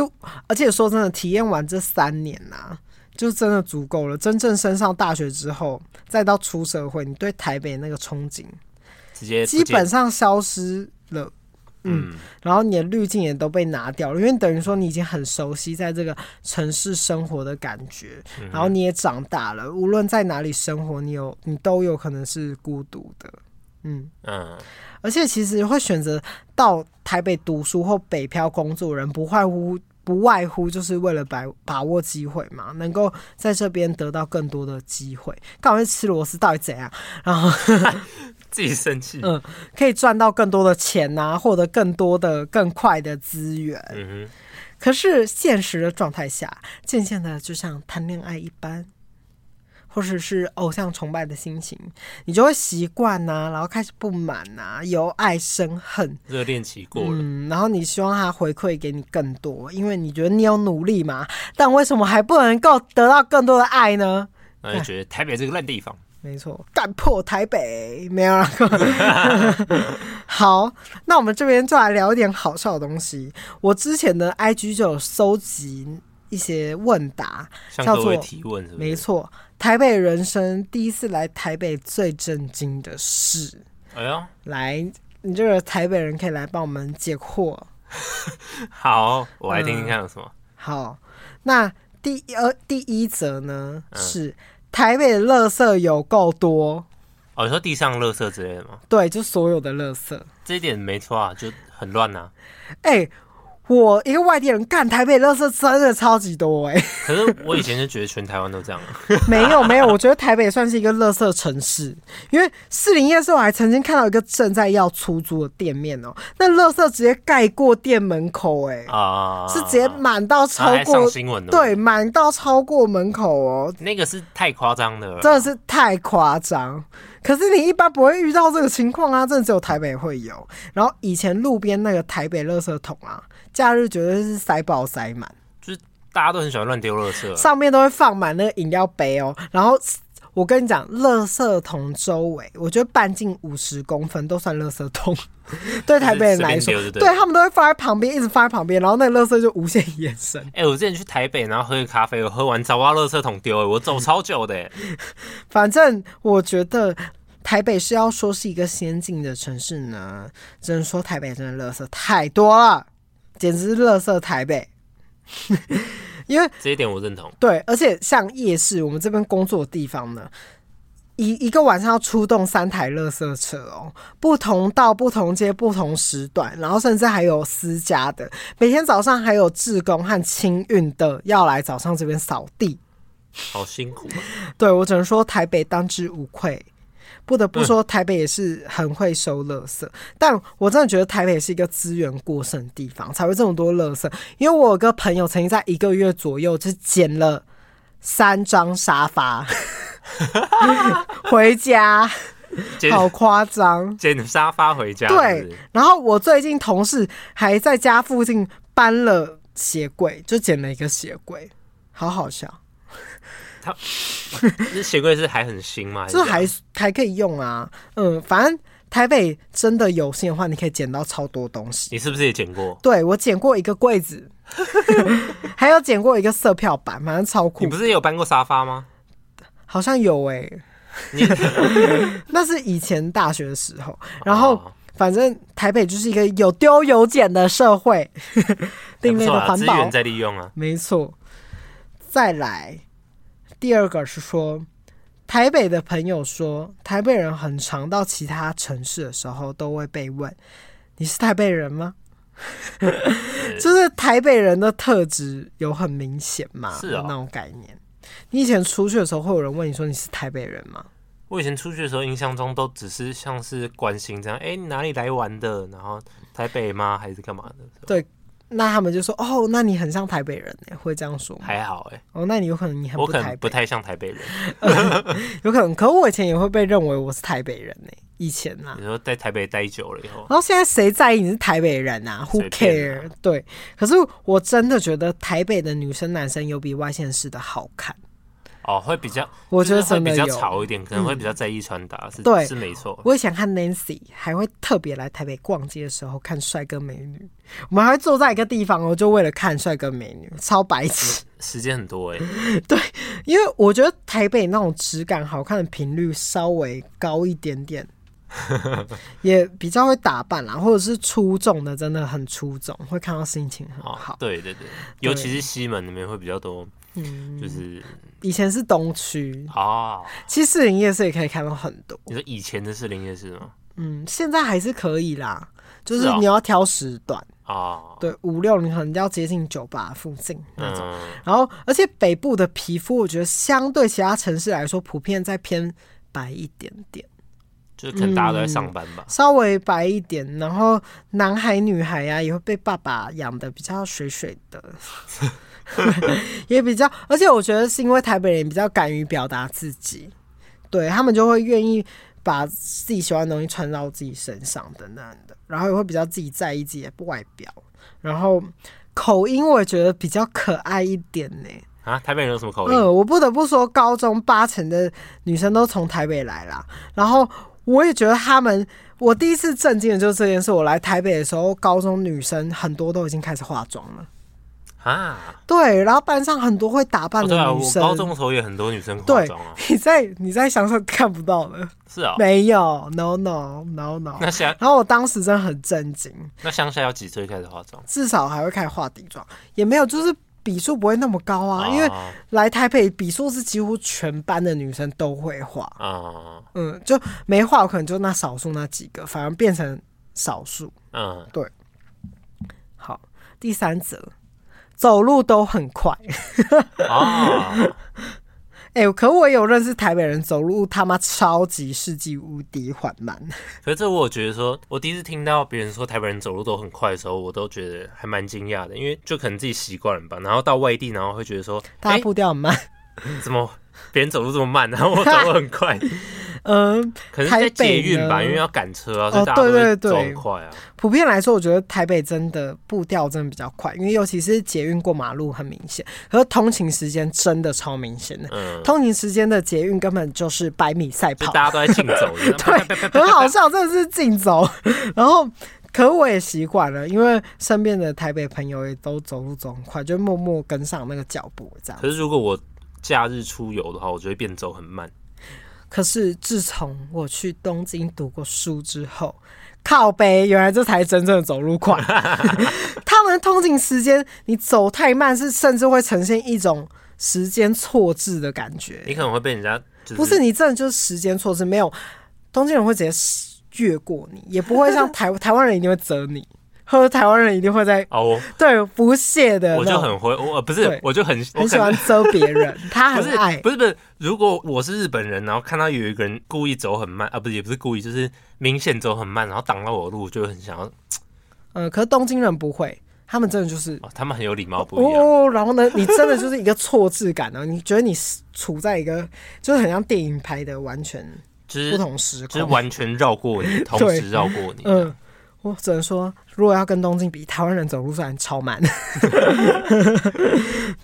Speaker 1: 而且说真的，体验完这三年呐、就真的足够了。真正升上大学之后，再到出社会，你对台北那个憧憬
Speaker 2: 直接不
Speaker 1: 基
Speaker 2: 见
Speaker 1: 本上消失了。
Speaker 2: 嗯
Speaker 1: 然后你的滤镜也都被拿掉了，因为等于说你已经很熟悉在这个城市生活的感觉，然后你也长大了，无论在哪里生活，你有你都有可能是孤独的，嗯，
Speaker 2: 嗯，
Speaker 1: 而且其实会选择到台北读书或北漂工作的人，不外乎不外乎就是为了把把握机会嘛，能够在这边得到更多的机会。干嘛去吃螺丝到底怎样？然后
Speaker 2: 自己生气，
Speaker 1: 嗯可以赚到更多的钱呐、获得更多的更快的资源。
Speaker 2: 嗯哼，
Speaker 1: 可是现实的状态下，渐渐的就像谈恋爱一般，或者是偶像崇拜的心情，你就会习惯呐，然后开始不满呐、由爱生恨，
Speaker 2: 热恋期过了，
Speaker 1: 嗯，然后你希望他回馈给你更多，因为你觉得你有努力嘛，但为什么还不能够得到更多的爱呢？
Speaker 2: 然后就觉得台北这个烂地方，
Speaker 1: 没错，干破台北没有啦。 好，那我们这边就来聊一点好笑的东西。我之前的 IG 就有搜集一些问答，
Speaker 2: 向
Speaker 1: 叫
Speaker 2: 各位
Speaker 1: 做
Speaker 2: 提问是不
Speaker 1: 没
Speaker 2: 是？
Speaker 1: 错，台北人生第一次来台北最震惊的事，
Speaker 2: 哎呦，
Speaker 1: 来，你这个台北人可以来帮我们解惑。
Speaker 2: 好，我来听听看有什么。
Speaker 1: 好，那第一呃第一则呢
Speaker 2: 嗯
Speaker 1: 是、台北的垃圾有够多，
Speaker 2: 哦，你说地上垃圾之类的吗？
Speaker 1: 对，就所有的垃圾。
Speaker 2: 这一点没错啊，就很乱呐、啊。
Speaker 1: 哎、我一个外地人干台北垃圾真的超级多哎、
Speaker 2: 可是我以前就觉得全台湾都这样啊，
Speaker 1: 没有没有，我觉得台北算是一个垃圾城市，因为士林夜市我还曾经看到一个正在要出租的店面哦、那垃圾直接盖过店门口哎、
Speaker 2: 啊
Speaker 1: 是直接满到
Speaker 2: 他
Speaker 1: 超
Speaker 2: 还上
Speaker 1: 过，
Speaker 2: 新闻了。
Speaker 1: 对，，满到超过门口哦、
Speaker 2: 那个是太夸张了。
Speaker 1: 真的是太夸张。可是你一般不会遇到这个情况啊，真的只有台北会有。然后以前路边那个台北垃圾桶啊，假日绝对是塞爆塞满，
Speaker 2: 就是大家都很喜欢乱丢垃圾啊。
Speaker 1: 上面都会放满那个饮料杯哦。然后我跟你讲，垃圾桶周围，我觉得半径五十公分都算垃圾桶。 对台北人来说
Speaker 2: 就是随便丢就，对了
Speaker 1: 对他们都会放在旁边，一直放在旁边，然后那个垃圾就无限延伸。
Speaker 2: 哎、我之前去台北，然后喝个咖啡，我喝完找不到垃圾桶丢、欸，我走超久的、欸。
Speaker 1: 反正我觉得台北是要说是一个先进的城市呢，只能说台北真的垃圾太多了，简直是垃圾台北。因为
Speaker 2: 这一点我认同。
Speaker 1: 对，而且像夜市，我们这边工作的地方呢，一一个晚上要出动三台垃圾车哦，不同道、不同街、不同时段，然后甚至还有私家的，每天早上还有志工和清运的要来早上这边扫地。
Speaker 2: 好辛苦、啊。
Speaker 1: 对我只能说台北当之无愧。不得不
Speaker 2: 嗯
Speaker 1: 说，台北也是很会收垃圾，但我真的觉得台北是一个资源过剩的地方，才会这么多垃圾。因为我有个朋友曾经在一个月左右就捡了三张沙发 回家，
Speaker 2: 捡
Speaker 1: 好夸张。
Speaker 2: 捡沙发回家，
Speaker 1: 对
Speaker 2: 是不是
Speaker 1: 然后我最近同事还在家附近搬了鞋柜，就捡了一个鞋柜，好好笑。
Speaker 2: 那鞋柜是还很新吗？
Speaker 1: 这
Speaker 2: 是这
Speaker 1: 还
Speaker 2: 样
Speaker 1: 还可以用啊，嗯，反正台北真的有心的话，你可以捡到超多东西。
Speaker 2: 你是不是也捡过？
Speaker 1: 对我捡过一个柜 子，还有捡过一个色票板，反正超
Speaker 2: 你
Speaker 1: 酷
Speaker 2: 不，是也有搬过沙发吗？
Speaker 1: 好像有哎、
Speaker 2: 你哦
Speaker 1: 那是以前大学的时候，然后反正台北就是一个有丢有捡的社会，
Speaker 2: 也
Speaker 1: 另
Speaker 2: 不
Speaker 1: 类
Speaker 2: 错
Speaker 1: 的
Speaker 2: 啊，
Speaker 1: 环
Speaker 2: 资
Speaker 1: 保
Speaker 2: 源，在利用啊。
Speaker 1: 没错。再来，第二个是说，台北的朋友说，台北人很常到其他城市的时候，都会被问：“你是台北人吗？” 就是台北人的特质有很明显嘛，
Speaker 2: 是哦
Speaker 1: 那种概念。你以前出去的时候，会有人问你说你是台北人吗？
Speaker 2: 我以前出去的时候，印象中都只是像是关心这样，哎、你哪里来玩的？然后台北吗？还是干嘛的？
Speaker 1: 那他们就说：“哦，那你很像台北人耶。”会这样说吗？
Speaker 2: 还好哎、
Speaker 1: 哦，那你有可能你很
Speaker 2: 我
Speaker 1: 不
Speaker 2: 可
Speaker 1: 台
Speaker 2: 能
Speaker 1: 北，
Speaker 2: 不太像台北人。
Speaker 1: 有可能。可我以前也会被认为我是台北人呢，以前啊。
Speaker 2: 你说在台北待久了以后，
Speaker 1: 然后现在谁在意你是台北人啊？Who
Speaker 2: 随便
Speaker 1: care？、对，可是我真的觉得台北的女生男生有比外县市的好看，
Speaker 2: 哦，会比较，
Speaker 1: 我觉得
Speaker 2: 就是会
Speaker 1: 真的
Speaker 2: 比较
Speaker 1: 有。嗯
Speaker 2: 潮一点，可能会比较在意穿搭，是
Speaker 1: 对
Speaker 2: 是没错。
Speaker 1: 我以前看 Nancy 还会特别来台北逛街的时候看帅哥美女，我们还会坐在一个地方哦，就为了看帅哥美女，超白痴。
Speaker 2: 时间很多哎、
Speaker 1: 嗯因为我觉得台北那种质感好看的频率稍微高一点点，也比较会打扮啦，或者是出众的真的很出众，会看到心情很
Speaker 2: 哦
Speaker 1: 好，。
Speaker 2: 对对对，尤其是西门那边会比较多，
Speaker 1: 嗯
Speaker 2: 就是
Speaker 1: 以前是东区，
Speaker 2: 哦，
Speaker 1: 其实士林夜市也可以看到很多，
Speaker 2: 你说以前的士林夜市吗？
Speaker 1: 嗯，现在还是可以啦，就是是
Speaker 2: 哦
Speaker 1: 你要挑时段，
Speaker 2: 哦，
Speaker 1: 对，五六你可能要接近酒吧附近那种。
Speaker 2: 嗯，
Speaker 1: 然后，而且北部的皮肤，我觉得相对其他城市来说，普遍再偏白一点点，
Speaker 2: 就是可能大家都在上班吧。
Speaker 1: 稍微白一点。然后男孩女孩呀、也会被爸爸养的比较水水的。 也比较，而且我觉得是因为台北人比较敢于表达自己，对他们就会愿意把自己喜欢的东西穿到自己身上等等的，然后也会比较自己在意自己的外表，然后口音我也觉得比较可爱一点呢、
Speaker 2: 啊，台北人有什么口音？
Speaker 1: 嗯，我不得不说，高中八成的女生都从台北来啦。然后我也觉得他们，我第一次震惊的就是这件事。我来台北的时候，高中女生很多都已经开始化妆了。
Speaker 2: 啊！
Speaker 1: 对，然后班上很多会打扮
Speaker 2: 哦，对啊，
Speaker 1: 的女
Speaker 2: 我
Speaker 1: 生，
Speaker 2: 高中的时候也很多女生化
Speaker 1: 对
Speaker 2: 妆啊，
Speaker 1: 你在你在想想看不到的，
Speaker 2: 是啊、
Speaker 1: 没有，no no no no。
Speaker 2: 那乡
Speaker 1: 然后我当时真的很震惊，
Speaker 2: 那乡下要几岁开始化妆？
Speaker 1: 至少还会开始画底妆，也没有就是比数不会那么高啊，因为
Speaker 2: 啊
Speaker 1: 来台北比数是几乎全班的女生都会画，
Speaker 2: 啊
Speaker 1: 嗯，就没画我可能就那少数那几个，反而变成少数。
Speaker 2: 嗯，
Speaker 1: 好，第三则，走路都很快。
Speaker 2: 哦，
Speaker 1: 哎、可我也有认识台北人走路他妈超级世纪无敌缓慢，
Speaker 2: 可是这我觉得说，我第一次听到别人说台北人走路都很快的时候，我都觉得还蛮惊讶的，因为就可能自己习惯了吧。然后到外地，然后会觉得说，
Speaker 1: 大
Speaker 2: 哎、
Speaker 1: 家步调很慢。
Speaker 2: 怎么别人走路这么慢，然后我走路很快？
Speaker 1: 嗯，
Speaker 2: 可能是在捷运
Speaker 1: 台
Speaker 2: 吧，
Speaker 1: 北呢
Speaker 2: 因为要赶车啊，
Speaker 1: 哦
Speaker 2: 所以大家都
Speaker 1: 对
Speaker 2: 会
Speaker 1: 对
Speaker 2: 走
Speaker 1: 对
Speaker 2: 很快啊。
Speaker 1: 普遍来说，我觉得台北真的步调真的比较快，因为尤其是捷运过马路很明显，可是通勤时间真的超明显的。
Speaker 2: 嗯，
Speaker 1: 通勤时间的捷运根本就是百米赛
Speaker 2: 就
Speaker 1: 跑，
Speaker 2: 大家都在竞走， 这样
Speaker 1: 很好笑，真的是竞走。 然后，可我也习惯了，因为身边的台北朋友也都走路走很快，就默默跟上那个脚步这样。
Speaker 2: 可是如果我假日出游的话，我就会变走很慢。
Speaker 1: 可是自从我去东京读过书之后，靠北原来这才是真正的走路 快。他们的通勤时间你走太慢，是甚至会呈现一种时间错置的感
Speaker 2: 你
Speaker 1: 觉。
Speaker 2: 可能会被人家就是
Speaker 1: 不是你真的就是时间错置，没有东京人会直接越过你，也不会 像台台湾人一定会责你，或者台湾人一定会在
Speaker 2: 哦，我
Speaker 1: 对不屑的
Speaker 2: 我
Speaker 1: 那
Speaker 2: 就
Speaker 1: 种，
Speaker 2: 很会，我呃不
Speaker 1: 对
Speaker 2: 是，我就很我
Speaker 1: 很
Speaker 2: 可
Speaker 1: 喜
Speaker 2: 能
Speaker 1: 欢遮别 人，他
Speaker 2: 不
Speaker 1: 很
Speaker 2: 是
Speaker 1: 爱。
Speaker 2: 不是不是，如果我是日本人，然后看到有一个人故意走很慢啊，不是也不是故意，就是明显走很慢，然后挡到我的路，我就会很想要啊
Speaker 1: 嗯，可是东京人不会，他们真的就是
Speaker 2: 哦，他们很有礼貌，不一样。
Speaker 1: 哦，然后呢，你真的就是一个错置感啊！你觉得你是处在一个就是很像电影拍的完全
Speaker 2: 就是
Speaker 1: 不同时
Speaker 2: 就是
Speaker 1: 空。
Speaker 2: 完全绕 过你，同时绕过你。
Speaker 1: 嗯，我只能说，如果要跟东京比，台湾人走路虽然超慢。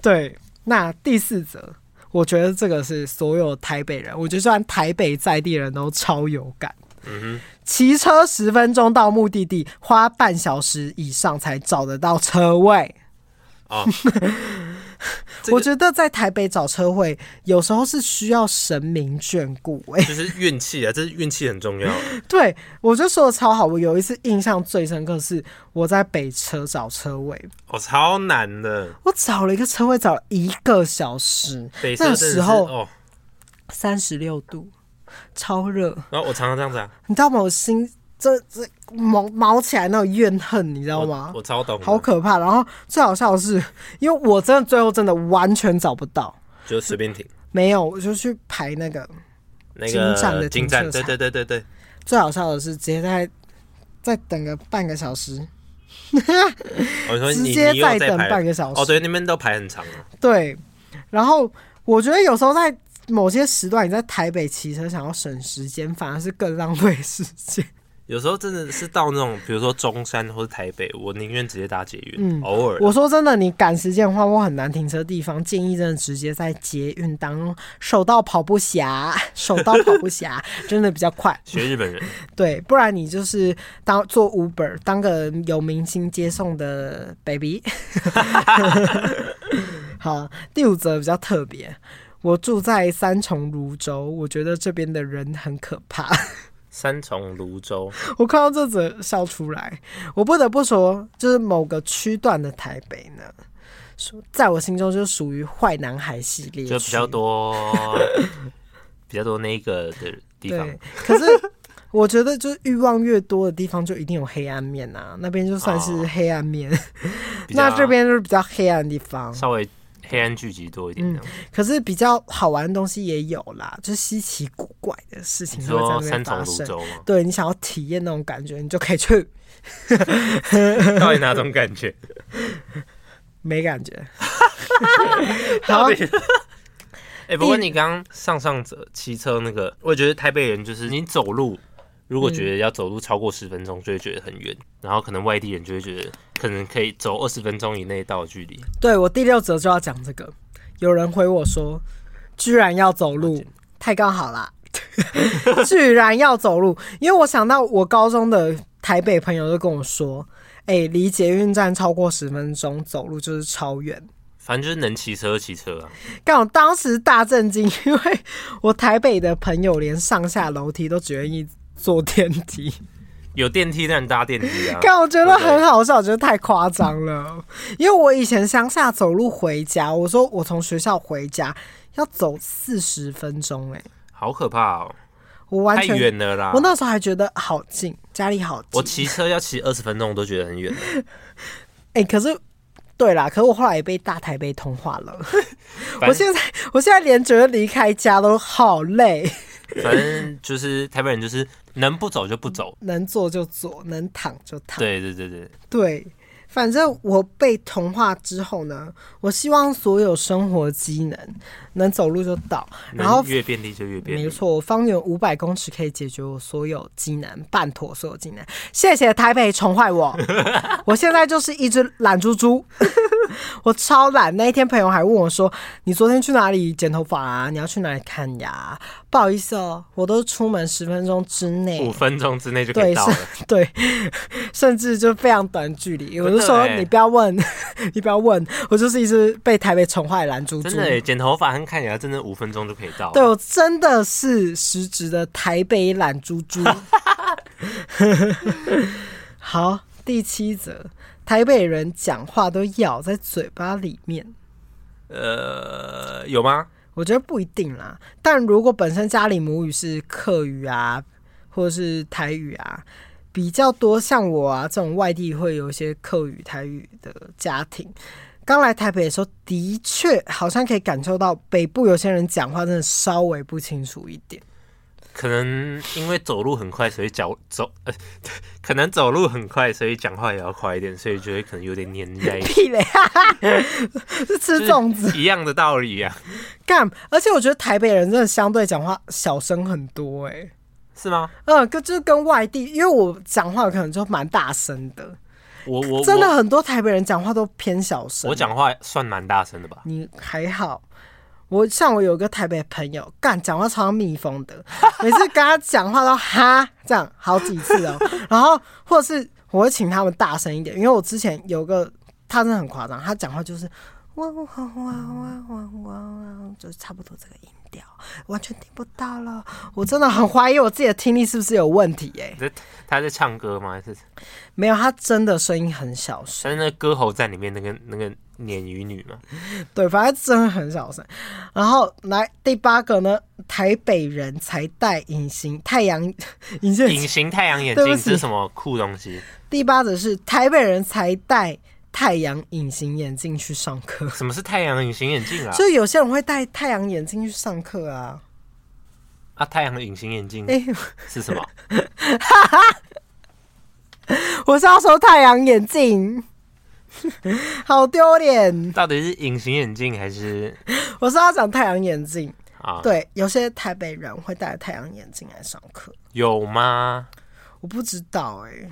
Speaker 1: 对，那第四则，我觉得这个是所有台北人，我觉得算台北在地人都超有感。
Speaker 2: 嗯
Speaker 1: 骑车十分钟到目的地，花半小时以上才找得到车位。
Speaker 2: 哦这个
Speaker 1: 我觉得在台北找车位，有时候是需要神明眷顾、欸。
Speaker 2: 哼，就是运气啊，这是运气很重要。
Speaker 1: 对我就说的超好。我有一次印象最深刻是我在北车找车位，
Speaker 2: 哦，超难的。
Speaker 1: 我找了一个车位，找了一个小时，那
Speaker 2: 北车真的
Speaker 1: 时
Speaker 2: 是
Speaker 1: 候
Speaker 2: 哦，
Speaker 1: 三十六度，超热。
Speaker 2: 然后我常常这样子啊，
Speaker 1: 你知道吗？我心这这毛毛起来那种怨恨，你知道
Speaker 2: 我
Speaker 1: 吗？
Speaker 2: 我超懂的，
Speaker 1: 好可怕！然后最好笑的是，因为我真的最后真的完全找不到，
Speaker 2: 就随便停。
Speaker 1: 没有，我就去排那个。
Speaker 2: 那
Speaker 1: 进站的
Speaker 2: 个
Speaker 1: 停
Speaker 2: 进
Speaker 1: 车
Speaker 2: 站，对
Speaker 1: 场
Speaker 2: 对对对对，
Speaker 1: 最好笑的是，直接在再等个半个小时，
Speaker 2: 我说
Speaker 1: 直
Speaker 2: 你
Speaker 1: 接
Speaker 2: 你
Speaker 1: 再
Speaker 2: 又在
Speaker 1: 等半
Speaker 2: 排
Speaker 1: 个小时。
Speaker 2: 哦，对，那边都排很长啊。
Speaker 1: 对然后我觉得有时候在某些时段，你在台北骑车想要省时间，反而是更浪费时间。
Speaker 2: 有时候真的是到那种，比如说中山或是台北，我宁愿直接搭捷运。
Speaker 1: 嗯
Speaker 2: 偶尔啊
Speaker 1: 我说真的，你赶时间的话，我很难停车的地方，建议真的直接在捷运当手到跑步侠，手到跑步侠真的比较快。
Speaker 2: 学日本人，
Speaker 1: 对，不然你就是当做 Uber，当个有明星接送的 baby。好，第五则比较特别。我住在三重泸州，我觉得这边的人很可怕。
Speaker 2: 三重、泸州，
Speaker 1: 我看到这则笑出来，我不得不说，就是某个区段的台北呢，说在我心中就属于坏男孩系列，
Speaker 2: 就比较。多，比较多那个的地方
Speaker 1: 对。，可是我觉得，就是欲望越多的地方，就一定有黑暗面啊。那边就算是
Speaker 2: 哦
Speaker 1: 黑暗面，
Speaker 2: 比较
Speaker 1: 那这边就是比较黑暗的地方。
Speaker 2: 稍微黑暗聚集多一
Speaker 1: 嗯
Speaker 2: 点。这样
Speaker 1: 可是比较好玩的东西也有啦，就是稀奇古怪的事情
Speaker 2: 你
Speaker 1: 会在
Speaker 2: 说
Speaker 1: 那边
Speaker 2: 三重、
Speaker 1: 发
Speaker 2: 泸
Speaker 1: 生。？
Speaker 2: 州吗
Speaker 1: 对你想要体验那种感觉，你就可以去，
Speaker 2: 到底哪种感觉？
Speaker 1: 没感觉。好
Speaker 2: 到，底？哎，不过
Speaker 1: 嗯
Speaker 2: 你刚刚上上者骑车那个，我觉得台北人就是你走路，如果觉得要走路超过十分钟，就会觉得很远，然后可能外地人就会觉得可能可以走二十分钟以内到的距离。
Speaker 1: 对我第六则就要讲这个，有人回我说，居然要走路，太刚好啦， 居然要走路，因为我想到我高中的台北朋友就跟我说，哎、离捷运站超过十分钟，走路就是超远。
Speaker 2: 反正就是能骑车就骑车啊。
Speaker 1: 但我当时大震惊， 因为我台北的朋友连上下楼梯都只愿意坐电 梯，
Speaker 2: 有电梯但搭电梯啊。
Speaker 1: 但我觉得很好笑，我觉得太夸张了。因为我以前乡下走路回家，我说我从学校回家要走四十分钟、哎，
Speaker 2: 好可怕哦，
Speaker 1: 我完
Speaker 2: 太
Speaker 1: 全，
Speaker 2: 远了啦
Speaker 1: 我。那时候还觉得好近，家里好
Speaker 2: 我
Speaker 1: 近，
Speaker 2: 骑车要骑二十分钟，我都觉得很远了。
Speaker 1: 哎、可是。对啦，可是我后来也被大台北同化了。
Speaker 2: 反
Speaker 1: 我
Speaker 2: 正
Speaker 1: 现在，我现在连觉得离开家都好累。
Speaker 2: 反正就是台北人，就是能不走就不走。
Speaker 1: 能坐就坐，能躺就躺。
Speaker 2: 对对对对，
Speaker 1: 对反正我被同化之后呢，我希望所有生活机能能走路就到，然后
Speaker 2: 能。越便利就越便
Speaker 1: 没
Speaker 2: 利。
Speaker 1: 错，我方圆五百公尺可以解决我所有机能，办妥所有技能。谢谢台北宠坏我，我现在就是一只懒猪猪， 我超懒。那一天朋友还问我说：“你昨天去哪里剪头发啊？你要去哪里看牙？”不好意思哦，我都出门十分钟之内，
Speaker 2: 五分钟之内就可以到了，
Speaker 1: 对， 甚至就非常短距离。我就说
Speaker 2: 欸
Speaker 1: 你不要问， 你不要问，我就是一直被台北宠坏的蓝猪猪
Speaker 2: 真。的耶欸剪头发和看牙真的五分钟就可以到了。
Speaker 1: 对我真的是实质的台北懒猪猪。 好，第七则，台北人讲话都咬在嘴巴里面。
Speaker 2: 呃，有吗？
Speaker 1: 我觉得不一定啦，但如果本身家里母语是客语啊，或者是台语啊，比较多像我啊这种外地会有一些客语、台语的家庭，刚来台北的时候，的确好像可以感受到北部有些人讲话真的稍微不清楚一点。
Speaker 2: 可能因为走路很快，所以脚走 呃，可能走路很快，所以讲话也要快一点，所以就会可能有点黏在 一起。
Speaker 1: 屁嘞，哈哈是吃粽子
Speaker 2: 就是一样的道理啊，
Speaker 1: 干，而且我觉得台北人真的相对讲话小声很多诶、
Speaker 2: 是吗？
Speaker 1: 嗯，跟就是跟外地，因为我讲话可能就蛮大声的，
Speaker 2: 我我
Speaker 1: 真的很多台北人讲话都偏小声。
Speaker 2: 我我讲话算蛮大声的吧？
Speaker 1: 你还好，我像我有个台北朋友，干讲话超像蜜蜂的， 每次跟他讲话都哈这样好几次哦。 然后或者是我会请他们大声一点，因为我之前有个他真的很夸张，他讲话就是哇哇哇哇哇哇哇，就是差不多这个音调，完全听不到了。我真的很怀疑我自己的听力是不是有问题耶、
Speaker 2: 你在他在唱歌吗？还是
Speaker 1: 没有，他真的声音很小声。
Speaker 2: 他在那个歌喉战里面那个那个鲶鱼女嘛？
Speaker 1: 对，反正真的很小声。然后来第八个呢，台北人才戴隐形太阳隐形眼镜。
Speaker 2: 隐形太阳眼
Speaker 1: 对
Speaker 2: 镜
Speaker 1: 不起
Speaker 2: 这是什么酷东西？
Speaker 1: 第八则是台北人才戴太阳隐形眼镜去上课，
Speaker 2: 什么是太阳隐形眼镜啊？
Speaker 1: 就有些人会戴太阳眼镜去上课啊。
Speaker 2: 啊，太阳隐形眼镜
Speaker 1: 哎、
Speaker 2: 是什么？
Speaker 1: 我是要说太阳眼镜，好丢脸。
Speaker 2: 到底是隐形眼镜还是
Speaker 1: 我是要讲太阳眼镜，
Speaker 2: 啊？，
Speaker 1: 对，有些台北人会戴太阳眼镜来上课，
Speaker 2: 有吗？
Speaker 1: 我不知道哎、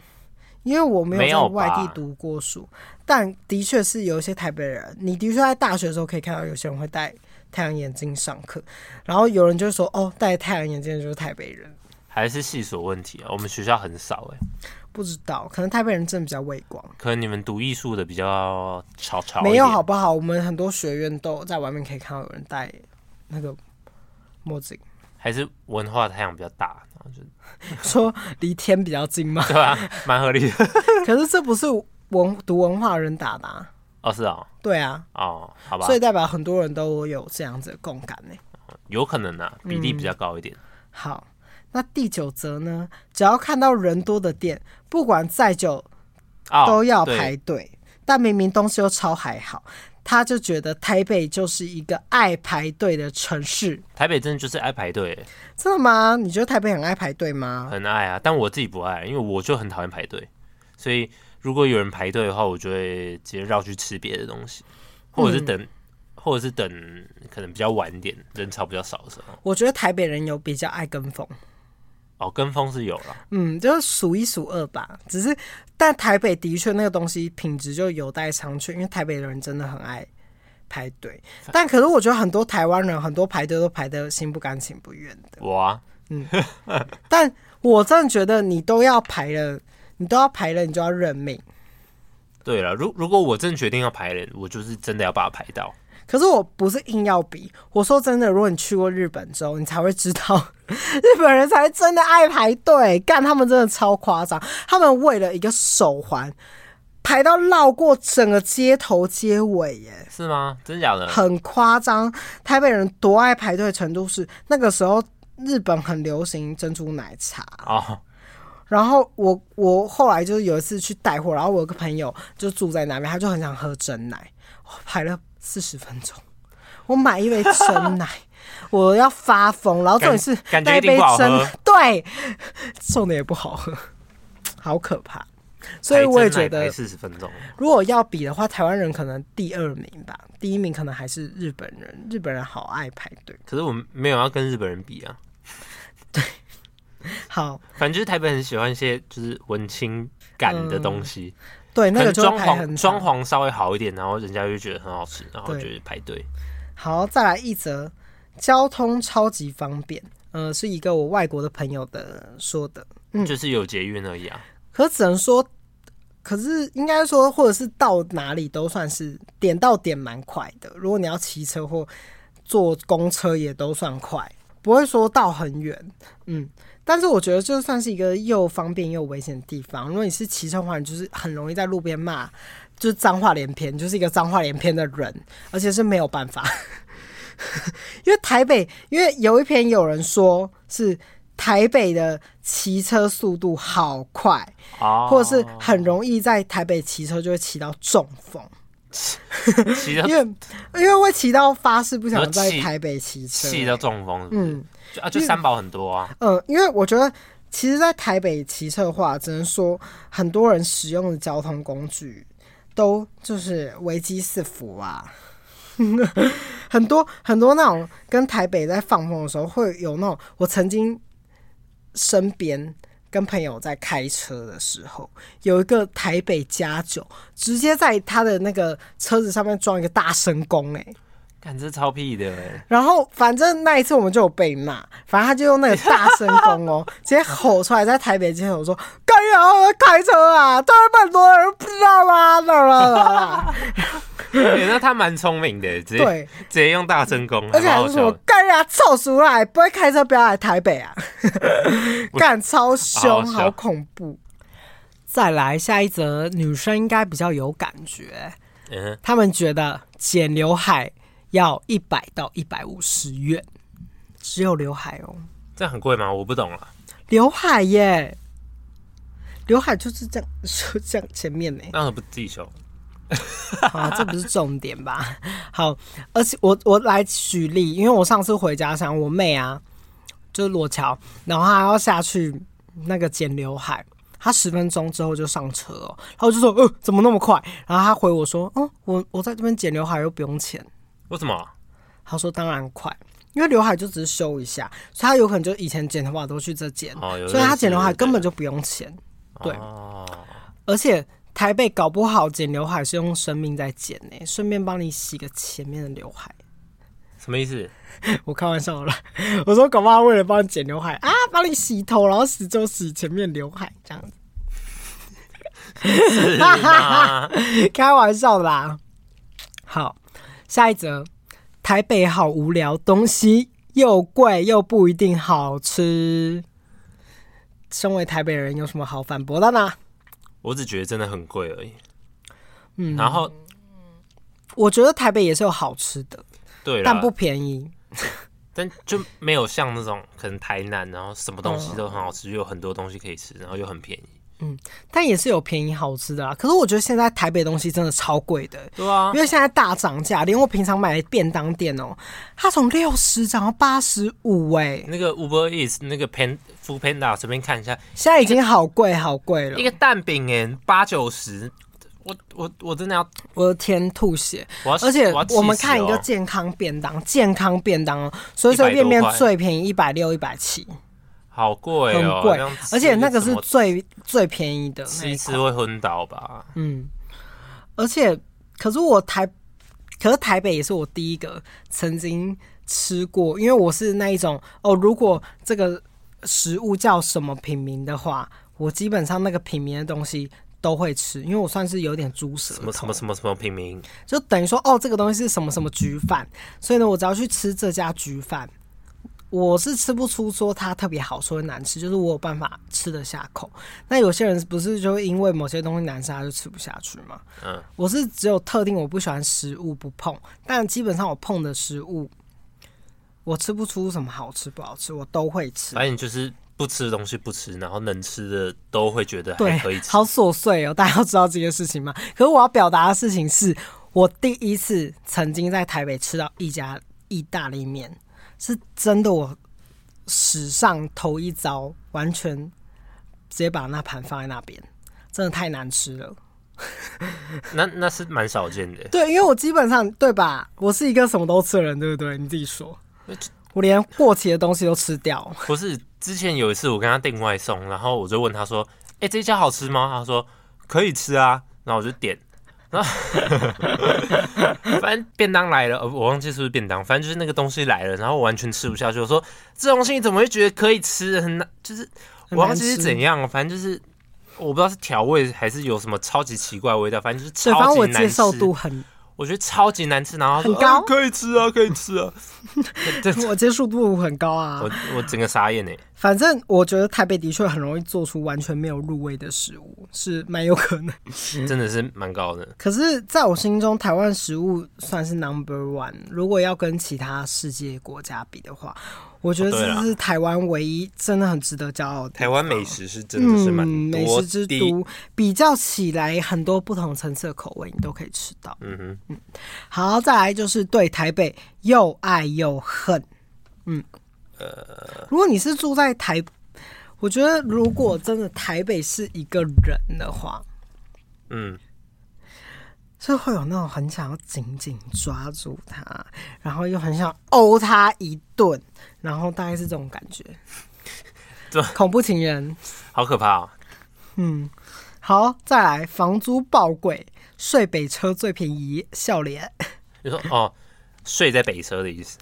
Speaker 1: 因为我没
Speaker 2: 没
Speaker 1: 有
Speaker 2: 有
Speaker 1: 在外地
Speaker 2: 吧
Speaker 1: 读过书，但的确是有一些台北人，你的确在大学的时候可以看到有些人会戴太阳眼镜上课，然后有人就会说哦，戴太阳眼镜的就是台北人，
Speaker 2: 还是系所问题啊？我们学校很少哎、
Speaker 1: 不知道，可能台北人真的比较畏光，
Speaker 2: 可能你们读艺术的比较潮潮一点
Speaker 1: 没有好不好？我们很多学院都在外面可以看到有人戴那个墨镜，
Speaker 2: 还是文化的太阳比较大，然后就，
Speaker 1: 说离天比较近嘛
Speaker 2: 对吧、蛮合 理的。
Speaker 1: 可是这不是文读文化人打的、啊，
Speaker 2: 哦，是哦，
Speaker 1: 对啊，
Speaker 2: 哦，好吧
Speaker 1: 所，以代表很多人都有这样子的共感呢、
Speaker 2: 有可能啊，比例比较高一点。
Speaker 1: 好，那第九则呢？只要看到人多的店，不管再久
Speaker 2: 哦，
Speaker 1: 都要
Speaker 2: 对
Speaker 1: 排队，但明明东西又超还好，他就觉得台北就是一个爱排队的城市。
Speaker 2: 台北真的就是爱排队，欸
Speaker 1: 真的吗？你觉得台北很爱排队吗？
Speaker 2: 很爱啊。但我自己不爱，因为我就很讨厌排队，所以如果有人排队的话，我就会直接绕去吃别的东西，
Speaker 1: 嗯
Speaker 2: 或者是等，或者是等可能比较晚一点，人潮比较少的时候。
Speaker 1: 我觉得台北人有比较爱跟风，
Speaker 2: 哦，跟风是有了，
Speaker 1: 嗯，就是数一数二吧。只是，但台北的确那个东西品质就有待商榷，因为台北人真的很爱排队。但可是我觉得很多台湾人很多排队都排得心不甘情不愿的。
Speaker 2: 我啊，
Speaker 1: 但我真的觉得你都要排了，你都要排了，你就要认命。
Speaker 2: 对了，如如果我真的决定要排人，我就是真的要把它排到。
Speaker 1: 可是我不是硬要比，我说真的，如果你去过日本之后，你才会知道，日本人才真的爱排队，干他们真的超夸张，他们为了一个手环排到绕过整个街头街尾耶。
Speaker 2: 是吗？真假的？
Speaker 1: 很夸张。台北人多爱排队的程度是，那个时候日本很流行珍珠奶茶。
Speaker 2: 哦，
Speaker 1: 然后我我后来就是有一次去带货，然后我有个朋友就住在那边，他就很想喝真奶，我排了四十分钟，我买一杯真 奶。我要发疯，然后重点是
Speaker 2: 感感觉
Speaker 1: 那
Speaker 2: 一
Speaker 1: 一
Speaker 2: 定
Speaker 1: 杯
Speaker 2: 不好喝
Speaker 1: 真对，送的也不好喝，好可怕。所以我也觉得，
Speaker 2: 四十分钟，
Speaker 1: 如果要比的话，台湾人可能第二名吧，第一名可能还是日本人。日本人好爱排队。
Speaker 2: 可是我们没有要跟日本人比啊。
Speaker 1: 好，
Speaker 2: 反正就是台北很喜欢一些就是文青感的
Speaker 1: 嗯
Speaker 2: 东西，
Speaker 1: 对，那
Speaker 2: 可
Speaker 1: 个
Speaker 2: 能
Speaker 1: 就会
Speaker 2: 装
Speaker 1: 排很长
Speaker 2: 潢装潢稍微好一点，然后人家就觉得很好吃，然后
Speaker 1: 对
Speaker 2: 就去排队。
Speaker 1: 好，再来一则，交通超级方便。呃，是一个我外国的朋友的说的，嗯
Speaker 2: 就是有捷运而已啊。
Speaker 1: 可只能说，可是应该说，或者是到哪里都算是点到点蛮快的。如果你要骑车或坐公车，也都算快，不会说到很远。嗯，但是我觉得这算是一个又方便又危险的地方。如果你是骑车的话，你就是很容易在路边骂，就是脏话连篇，你就是一个脏话连篇的人，而且是没有办法。 因为台北，因为有一篇有人说是台北的骑车速度好快，
Speaker 2: 哦，
Speaker 1: 或者是很容易在台北骑车就会骑到中风，
Speaker 2: 哦骑到
Speaker 1: 因为因为会骑到发誓不想在
Speaker 2: 然后呃气
Speaker 1: 台北骑车、
Speaker 2: 气到中风，是不是？
Speaker 1: 嗯
Speaker 2: 就啊，就三宝很多啊。
Speaker 1: 嗯，因为我觉得其实，在台北骑车的话，只能说很多人使用的交通工具都就是危机四伏啊。很多很多那种跟台北在放风的时候，会有那种我曾经身边跟朋友在开车的时候，有一个台北加九直接在他的那个车子上面装一个大神功、欸，
Speaker 2: 看这超屁的欸，
Speaker 1: 然后反正那一次我们就有被骂，反正他就用那个大声公 哦，直接吼出来，在台北街头说：“干啥开车啊？当然很多人不知道啦，啦啦啦 啦。
Speaker 2: 欸那他蛮聪明的，”欸直接
Speaker 1: 对，
Speaker 2: 直接用大真功，
Speaker 1: 而
Speaker 2: 还
Speaker 1: 且
Speaker 2: 蛮
Speaker 1: 还
Speaker 2: 好
Speaker 1: 是说
Speaker 2: 笑的。
Speaker 1: 干啥臭俗啦，不会开车不要来台北 啊！干超凶，
Speaker 2: 好好笑
Speaker 1: 好恐怖。再来下一则，女生应该比较有感觉，
Speaker 2: 嗯，
Speaker 1: 她们觉得剪刘海要一百到一百五十元，只有刘海哦。
Speaker 2: 这样很贵吗？我不懂啊了。。
Speaker 1: 刘海耶，刘海就是这样，就这样前面呢
Speaker 2: 那我不自己修？
Speaker 1: 好，这不是重点吧？好，而且我我来举例，因为我上次回家想我妹啊，就是裸桥，然后她要下去那个剪刘海，她十分钟之后就上车哦，然后我就说，呃，怎么那么快？然后她回我说，哦，我我在这边剪刘海又不用钱。
Speaker 2: 为什么？啊
Speaker 1: 她说当然快，因为刘海就只是修一下，所以她有可能就以前剪头发都去这剪，
Speaker 2: 哦，有
Speaker 1: 所以她剪
Speaker 2: 的
Speaker 1: 刘海根本就不用钱。对
Speaker 2: 哦，
Speaker 1: 而且台北搞不好剪刘海是用生命在剪呢、顺便帮你洗个前面的刘海。
Speaker 2: 什么意思？
Speaker 1: 我开玩笑的啦，我说搞不好为了帮你剪刘海啊，帮你洗头，然后洗就洗前面刘海这样子，
Speaker 2: 是吗？
Speaker 1: 开玩笑的啦。好，下一则，台北好无聊，东西又贵又不一定好吃。身为台北人，有什么好反驳的呢？
Speaker 2: 我只觉得真的很贵而已。
Speaker 1: 嗯
Speaker 2: 然后
Speaker 1: 我觉得台北也是有好吃的，
Speaker 2: 对啦
Speaker 1: 但不便宜。
Speaker 2: 但就没有像那种可能台南，然后什么东西都很好吃，又有很多东西可以吃，然后又很便宜。
Speaker 1: 但也是有便宜好吃的啦。可是我觉得现在台北东西真的超贵的、
Speaker 2: 对啊
Speaker 1: 因，为现在大涨价，连我平常买的便当店哦、它从六十涨到八十五，哎，
Speaker 2: 那个 Uber Eats 那个 Pan Food Panda 随便看一下，
Speaker 1: 现在已经好贵好贵了
Speaker 2: 一，个蛋饼哎八九十，我我我真的要，
Speaker 1: 我的天，吐血！
Speaker 2: 我要
Speaker 1: 而且
Speaker 2: 我要气死
Speaker 1: 我们看一个
Speaker 2: 哦
Speaker 1: 健康便当，健康便当哦、随随便便
Speaker 2: 100多块
Speaker 1: 最便宜一百六、一百七，
Speaker 2: 好贵
Speaker 1: 很
Speaker 2: 哦，
Speaker 1: 贵
Speaker 2: 这样吃，
Speaker 1: 而且那个
Speaker 2: 怎
Speaker 1: 是
Speaker 2: 么
Speaker 1: 最最便宜的那
Speaker 2: 吃
Speaker 1: 一
Speaker 2: 一
Speaker 1: 款
Speaker 2: 次会昏倒吧？
Speaker 1: 嗯，而且，可是我台，可是台北也是我第一个曾经吃过，因为我是那一种哦，如果这个食物叫什么品名的话，我基本上那个品名的东西都会吃，因为我算是有点猪舌
Speaker 2: 什么什
Speaker 1: 头
Speaker 2: 么，什么什么平民，
Speaker 1: 就等于说哦，这个东西是什么什么焗饭，所以呢，我只要去吃这家焗饭，我是吃不出说它特别好，说难吃，就是我有办法吃得下口。那有些人不是就会因为某些东西难吃，他就吃不下去吗？
Speaker 2: 嗯，
Speaker 1: 我是只有特定我不喜欢食物不碰，但基本上我碰的食物，我吃不出什么好吃不好吃，我都会吃。
Speaker 2: 反正你就是不吃的东西不吃，然后能吃的都会觉得还
Speaker 1: 对
Speaker 2: 可以，吃。
Speaker 1: 好琐碎哦，大 家要知道这件事情吗？可是我要表达的事情是，我第一次曾经在台北吃到一家意大利面，是真的我史上头一遭，完全直接把那盘放在那边，真的太难吃了。
Speaker 2: 那那是蛮少见的。
Speaker 1: 对，因为我基本上对吧，我是一个什么都吃的人，对不对？你自己说，我连过期的东西都吃掉。
Speaker 2: 不是之前有一次我跟他订外送，然后我就问他说：“哎、这家好吃吗？”他说：“可以吃啊。”然后我就点，然后 反正便当来了，呃我忘记是不是便当，反正就是那个东西来了，然后我完全吃不下去。我说：“这东西你怎么会觉得可以吃？很难，就是我
Speaker 1: 很难
Speaker 2: 忘记是
Speaker 1: 吃
Speaker 2: 怎样，反正就是。”我不知道是调味还是有什么超级奇怪的味道，反正就是
Speaker 1: 对，反
Speaker 2: 超
Speaker 1: 正
Speaker 2: 级
Speaker 1: 我
Speaker 2: 难吃。
Speaker 1: 接受度很，
Speaker 2: 我觉得超级难吃，然后他说
Speaker 1: 很高
Speaker 2: 呃可以吃啊，可以吃啊。这这
Speaker 1: 我接受度很高啊。
Speaker 2: 我我整个傻眼哎、
Speaker 1: 反正我觉得台北的确很容易做出完全没有入味的食物，是蛮有可能。
Speaker 2: 真的是蛮高的。
Speaker 1: 可是，在我心中，台湾食物算是 number one。如果要跟其他世界国家比的话，我觉得
Speaker 2: 哦对
Speaker 1: 这
Speaker 2: 啦
Speaker 1: 是台湾唯一真的很值得骄傲的地方。
Speaker 2: 台湾美食是真的是
Speaker 1: 嗯，
Speaker 2: 蛮
Speaker 1: 美
Speaker 2: 多
Speaker 1: 食之
Speaker 2: 的，
Speaker 1: 都，比较起来，很多不同层次的口味你都可以吃到。
Speaker 2: 嗯哼，
Speaker 1: 好，再来就是对台北又爱又恨。嗯，
Speaker 2: 呃
Speaker 1: 如果你是住在台，我觉得如果真的台北是一个人的话，
Speaker 2: 嗯，
Speaker 1: 是会有那种很想要紧紧抓住他，然后又很想殴他一顿，然后大概是这种感 觉
Speaker 2: 这。
Speaker 1: 恐怖情人，
Speaker 2: 好可怕、哦。
Speaker 1: 嗯，好，再来房租爆贵，睡北车最便宜，笑脸。
Speaker 2: 你说哦，睡在北车的意思，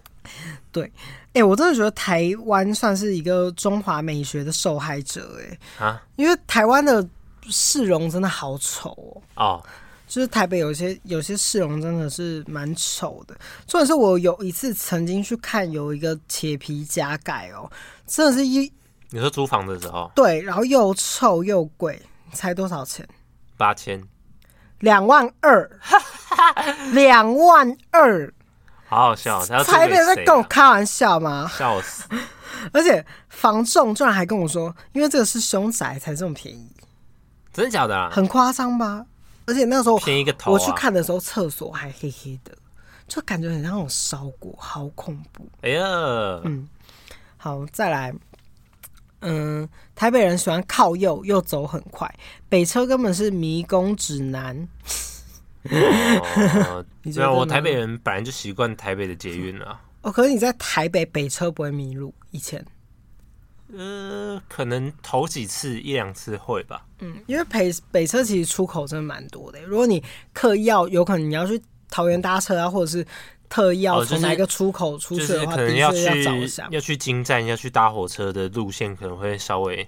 Speaker 1: 哎、我真的觉得台湾算是一个中华美学的受害者哎、
Speaker 2: 啊
Speaker 1: 因为台湾的市容真的好丑哦、
Speaker 2: 哦，
Speaker 1: 就是台北有些有些市容真的是蛮丑的。重点是我有一次曾经去看有一个铁皮加盖哦、真的是一
Speaker 2: 你说租房的时候
Speaker 1: 对，然后又臭又贵，才多少钱？
Speaker 2: 八千，
Speaker 1: 两万二，两万二，
Speaker 2: 好好笑哦，他要租
Speaker 1: 台
Speaker 2: 给
Speaker 1: 北在
Speaker 2: 谁啊
Speaker 1: 跟我开玩笑吗？
Speaker 2: 笑死，
Speaker 1: 而且房仲居然还跟我说，因为这个是凶宅才这么便宜，
Speaker 2: 真的假的啊？
Speaker 1: 很夸张吧？而且那时候我
Speaker 2: 便宜个头、啊！
Speaker 1: 我去，看的时候，厕所还黑黑的，就感觉很像那种烧锅，好恐怖。
Speaker 2: 哎呀，
Speaker 1: 嗯好，再来，嗯，台北人喜欢靠右，又走很快，北车根本是迷宫指南。
Speaker 2: 哦
Speaker 1: 你觉得
Speaker 2: 对啊，我
Speaker 1: 呢
Speaker 2: 台北人本来就习惯台北的捷运啊了。
Speaker 1: 哦，可是你在台北北车不会迷路，以前，
Speaker 2: 呃，可能头几次一两次会吧。
Speaker 1: 嗯，因为北北车其实出口真的蛮多的，如果你刻意要，有可能你要去桃园搭车啊，或者是特意要
Speaker 2: 哦就是
Speaker 1: 从哪一个出口出
Speaker 2: 就
Speaker 1: 去
Speaker 2: 是
Speaker 1: 的话，
Speaker 2: 可能
Speaker 1: 的确要
Speaker 2: 去
Speaker 1: 找一下。
Speaker 2: 要去京站，要去搭火车的路线可能会稍微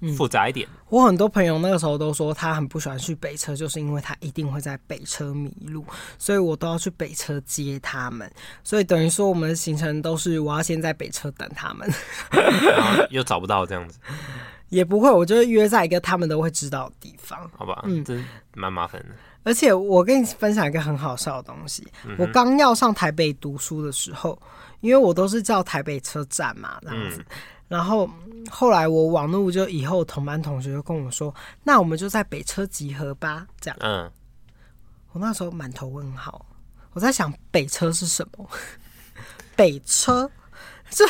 Speaker 1: 嗯
Speaker 2: 复杂一点。
Speaker 1: 我很多朋友那个时候都说他很不喜欢去北车，就是因为他一定会在北车迷路，所以我都要去北车接他们。所以等于说我们的行程都是我要先在北车等他们，
Speaker 2: 然后又找不到这样子，
Speaker 1: 也不会，我就会约在一个他们都会知道的地方。
Speaker 2: 好吧，
Speaker 1: 嗯
Speaker 2: 这蛮麻烦的。
Speaker 1: 而且我跟你分享一个很好笑的东西，我刚要上台北读书的时候，因为我都是叫台北车站嘛，这样子。然后嗯后来我网络就以后同班同学就跟我说，那我们就在北车集合吧，这样。
Speaker 2: 嗯，
Speaker 1: 我那时候满头问号，我在想北车是什么？北车，这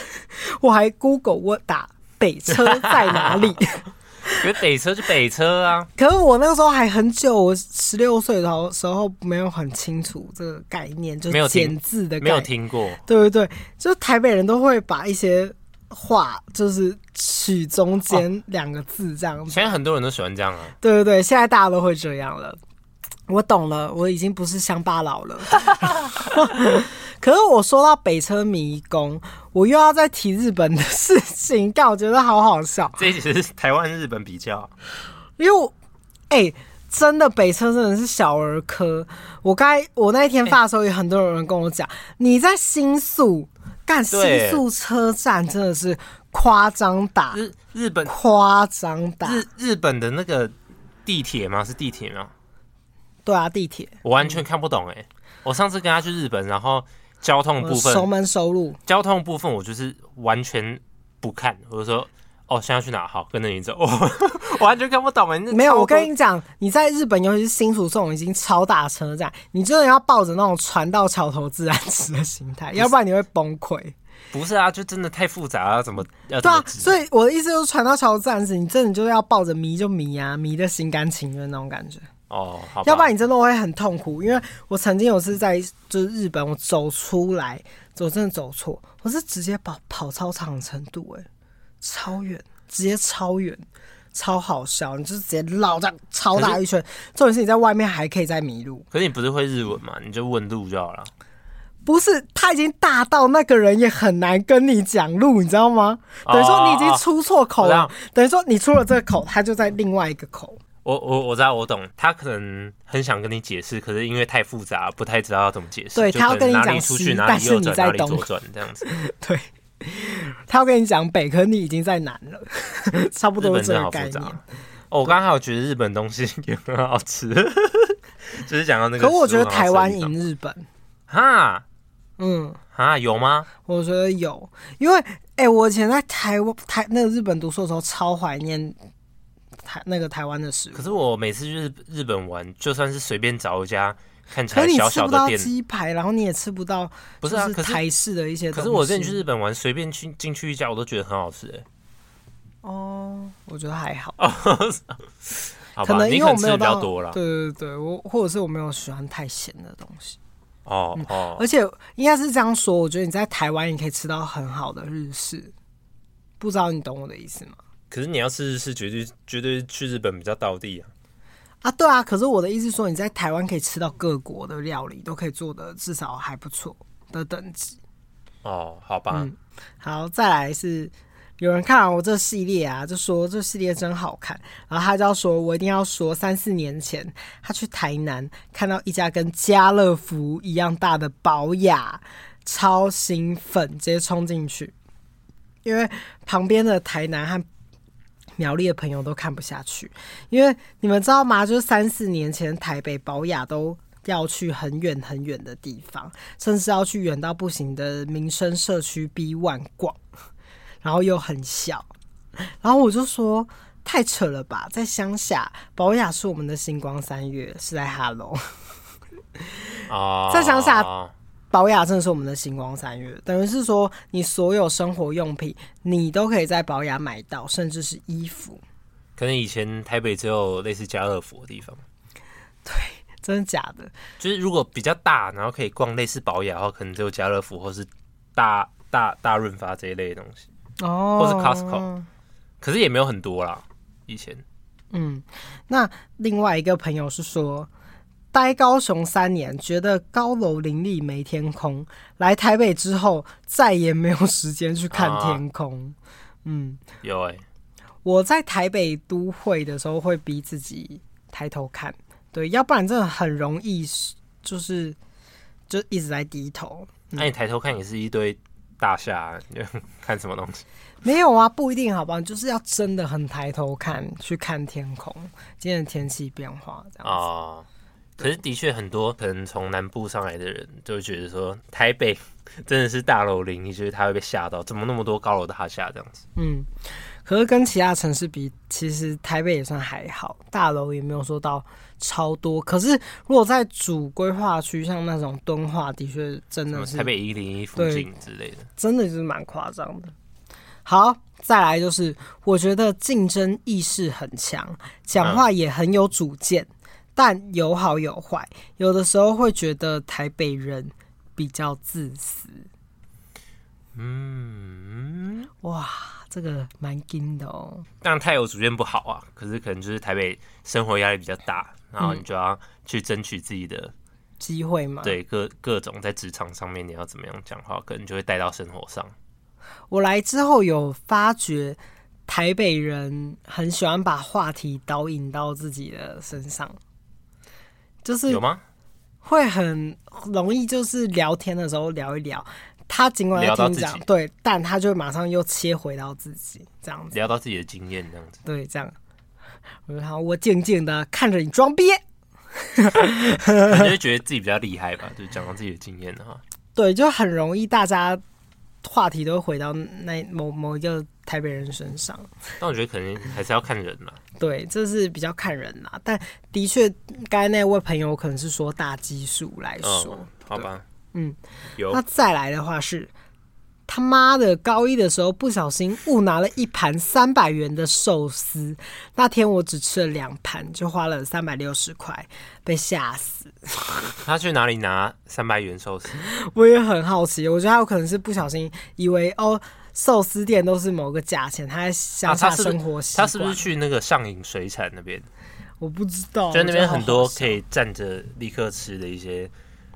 Speaker 1: 我还 Google 我打北车在哪里？
Speaker 2: 因为北车就北 车啊，
Speaker 1: 可是我那个时候还很久，我十六岁的时候没有很清楚这个概念，就
Speaker 2: 没有
Speaker 1: 是
Speaker 2: 听
Speaker 1: 简字的概
Speaker 2: 没有
Speaker 1: 念，
Speaker 2: 听过。
Speaker 1: 对对对，就是台北人都会把一些话就是取中间两个字这样子。
Speaker 2: 哦现在很多人都喜欢这样 啊，
Speaker 1: 对对对，现在大家都会这样了。我懂了，我已经不是乡巴佬 了。可是我说到北车迷宫，我又要再提日本的事情，但我觉得好好笑，
Speaker 2: 啊这一集是台湾日本比较，
Speaker 1: 因为我哎、真的北车真的是小儿科。我该我那一
Speaker 2: 哎
Speaker 1: 天发的时候，也很多人跟我讲，你在新宿干新
Speaker 2: 对
Speaker 1: 宿车站真的是夸张打，
Speaker 2: 日日本
Speaker 1: 夸张打，
Speaker 2: 日日本的那个地铁吗？是地铁吗？
Speaker 1: 对啊，地铁
Speaker 2: 我完全看不懂哎、我上次跟他去日本，然后交通
Speaker 1: 我
Speaker 2: 部分
Speaker 1: 熟门熟路，
Speaker 2: 交通部分我就是完全不看，我就说哦，现在要去哪？好，跟着你走。 我我完全看不懂哎、那
Speaker 1: 没有，
Speaker 2: 超
Speaker 1: 我
Speaker 2: 多
Speaker 1: 跟你讲，你在日本，尤其是新竹这种已经超大车站，你真的要抱着那种船到桥头自然直的心态，要不然你会崩溃。
Speaker 2: 不是啊，就真的太复杂了，要怎么要怎
Speaker 1: 对
Speaker 2: 么
Speaker 1: 啊，
Speaker 2: 记？
Speaker 1: 所以我的意思就是，船到桥头自然直，你真的就是要抱着迷就迷啊，迷的心甘情愿那种感觉，
Speaker 2: 哦，好吧，
Speaker 1: 要不然你真的会很痛苦。因为我曾经有次在就是日本，我走出来，我真的走错，我是直接跑跑操场的程度、欸，超远，直接超远。超好笑，你就是直接绕这样超大一圈，重点是你在外面还可以再迷路，
Speaker 2: 可是你不是会日文嘛？你就问路就好了。
Speaker 1: 不是，他已经大到那个人也很难跟你讲路，你知道吗？等于说你已经出错口了，
Speaker 2: 哦哦
Speaker 1: 等于说你出了这个口，他就在另外一个口。
Speaker 2: 我我我知道，我懂。他可能很想跟你解释，可是因为太复杂，不太知道要怎么解释。
Speaker 1: 对
Speaker 2: 就
Speaker 1: 他要
Speaker 2: 可能
Speaker 1: 跟你
Speaker 2: 哪
Speaker 1: 讲
Speaker 2: 里出
Speaker 1: 西
Speaker 2: 去，哪
Speaker 1: 但
Speaker 2: 里
Speaker 1: 是
Speaker 2: 右
Speaker 1: 你
Speaker 2: 转，
Speaker 1: 在
Speaker 2: 哪里
Speaker 1: 懂
Speaker 2: 左转这样子。
Speaker 1: 对，他要跟你讲北，可是你已经在南 了，差 不
Speaker 2: 日
Speaker 1: 多
Speaker 2: 本
Speaker 1: 是这
Speaker 2: 真的
Speaker 1: 个
Speaker 2: 好
Speaker 1: 概
Speaker 2: 复
Speaker 1: 念
Speaker 2: 杂。。哦，我刚刚还有觉得日本东西 也很好吃， 就是讲到那个食物很好吃的地方。
Speaker 1: 可我觉得台湾赢日本，
Speaker 2: 哈
Speaker 1: 嗯，
Speaker 2: 哈有吗？
Speaker 1: 我觉得有，因为哎、我以前在台湾台那个日本读书的时候，超怀念台那个台湾的食物
Speaker 2: 可。是我每次去日日本玩，就算是随便找一家看起
Speaker 1: 可
Speaker 2: 来
Speaker 1: 是你
Speaker 2: 小
Speaker 1: 吃
Speaker 2: 小
Speaker 1: 不
Speaker 2: 的
Speaker 1: 到
Speaker 2: 店，
Speaker 1: 鸡排，然后你也吃不到，
Speaker 2: 不是啊
Speaker 1: 就
Speaker 2: 可是
Speaker 1: 台式的一些东
Speaker 2: 可
Speaker 1: 西。
Speaker 2: 是我之前去日本玩，随便去进去一家，我都觉得很好吃、欸。
Speaker 1: 哦，我觉得还好，
Speaker 2: 好
Speaker 1: 可
Speaker 2: 吧，
Speaker 1: 能
Speaker 2: 你
Speaker 1: 因
Speaker 2: 可
Speaker 1: 为我没
Speaker 2: 能吃的
Speaker 1: 有
Speaker 2: 比较
Speaker 1: 到
Speaker 2: 多了。
Speaker 1: 对对对，我或者是我没有喜欢太咸的东西，
Speaker 2: 哦哦，
Speaker 1: 而且应该是这样说，我觉得你在台湾也可以吃到很好的日式，不知道你懂我的意思吗？
Speaker 2: 可是你要吃日式，绝对绝对去日本比较到地啊。
Speaker 1: 啊，对啊，可是我的意思是说，你在台湾可以吃到各国的料理，都可以做的至少还不错的等级。
Speaker 2: 哦，好吧，
Speaker 1: 嗯好，再来是有人看完我这系列啊，就说这系列真好看，然后他就要说，我一定要说，三四年前他去台南看到一家跟家乐福一样大的宝雅，超兴奋，直接冲进去，因为旁边的台南和苗栗的朋友都看不下去，因为你们知道吗？就是三四年前台北保雅都要去很远很远的地方，甚至要去远到不行的民生社区 B One 逛，然后又很小，然后我就说太扯了吧，在乡下保雅是我们的星光三月，是在 Hello。
Speaker 2: 哦，
Speaker 1: 再想想保雅真的是我们的星光三月，等于是说你所有生活用品，你都可以在保雅买到，甚至是衣服。
Speaker 2: 可能以前台北只有类似家乐福的地方，
Speaker 1: 真的假的？
Speaker 2: 就是如果比较大，然后可以逛类似保养的话，可能只有家乐福或是大大大润发这一类的东西，
Speaker 1: 哦
Speaker 2: 或是 Costco 可是也没有很多啦。以前
Speaker 1: 嗯，那另外一个朋友是说，待高雄三年，觉得高楼林立没天空，来台北之后再也没有时间去看天空。嗯，
Speaker 2: 有哎、
Speaker 1: 我在台北都会的时候会逼自己抬头看，对，要不然真的很容易是就是就一直在低头。
Speaker 2: 那、你抬头看也是一堆大厦啊，你就看什么东西？
Speaker 1: 没有啊，不一定好不好？就是要真的很抬头看，去看天空，今天的天气变化这样子。
Speaker 2: 哦，可是的确很多可能从南部上来的人就会觉得说，台北 真的是大楼林立，就是他会被吓到，怎么那么多高楼大厦这样子？
Speaker 1: 嗯，可是跟其他城市比，其实台北也算还好，大楼也没有说到超多。可是如果在主规划区，像那种敦化，的确真
Speaker 2: 什
Speaker 1: 的
Speaker 2: 么
Speaker 1: 是
Speaker 2: 台北一零一附
Speaker 1: 对
Speaker 2: 近之类的。
Speaker 1: 真的就是蛮夸张的。好，再来就是，我觉得竞争意识很强，讲话也很有主见，但有好有坏。有的时候会觉得台北人比较自私。
Speaker 2: 嗯，
Speaker 1: 哇，这个蛮硬的哦。
Speaker 2: 当然太有主见不好啊，可是可能就是台北生活压力比较大，然后你
Speaker 1: 嗯
Speaker 2: 就要去争取自己的、
Speaker 1: 机会嘛，
Speaker 2: 对各各种在职场上面你要怎么样讲话，可能就会带到生活上。
Speaker 1: 我来之后有发觉，台北人很喜欢把话题导引到自己的身上，就是
Speaker 2: 有吗？
Speaker 1: 会很容易，就是聊天的时候聊一聊，他尽管在
Speaker 2: 聊到
Speaker 1: 听
Speaker 2: 自
Speaker 1: 讲
Speaker 2: 己
Speaker 1: 对，但他就会马上又切回到自己这样子，
Speaker 2: 聊到自己的经验这样子，
Speaker 1: 对，这样。我就好，我静静的看着你装逼，
Speaker 2: 可能就会觉得自己比较厉害吧，就讲到自己的经验的话，
Speaker 1: 对，就很容易大家话题都回到那某某一个台北人身上。
Speaker 2: 但我觉得可能还是要看人啊啦。
Speaker 1: 对，这是比较看人啦，但的确，刚才那位朋友可能是说大基数来说，
Speaker 2: 嗯，好吧，
Speaker 1: 嗯，
Speaker 2: 有
Speaker 1: 那再来的话是，他妈的高一的时候不小心误拿了一盘三百元的寿司，那天我只吃了两盘，就花了三百六十块，被吓死。
Speaker 2: 他去哪里拿三百元寿司？
Speaker 1: 我也很好奇，我觉得他有可能是不小心以为哦。寿司店都是某个价钱，他在乡下
Speaker 2: 啊他是不是
Speaker 1: 生活习惯、
Speaker 2: 他是不是去那个上影水产那边？
Speaker 1: 我不知道，
Speaker 2: 就那边很
Speaker 1: 哦我
Speaker 2: 多
Speaker 1: 觉得好好笑
Speaker 2: 可以站着立刻吃的一些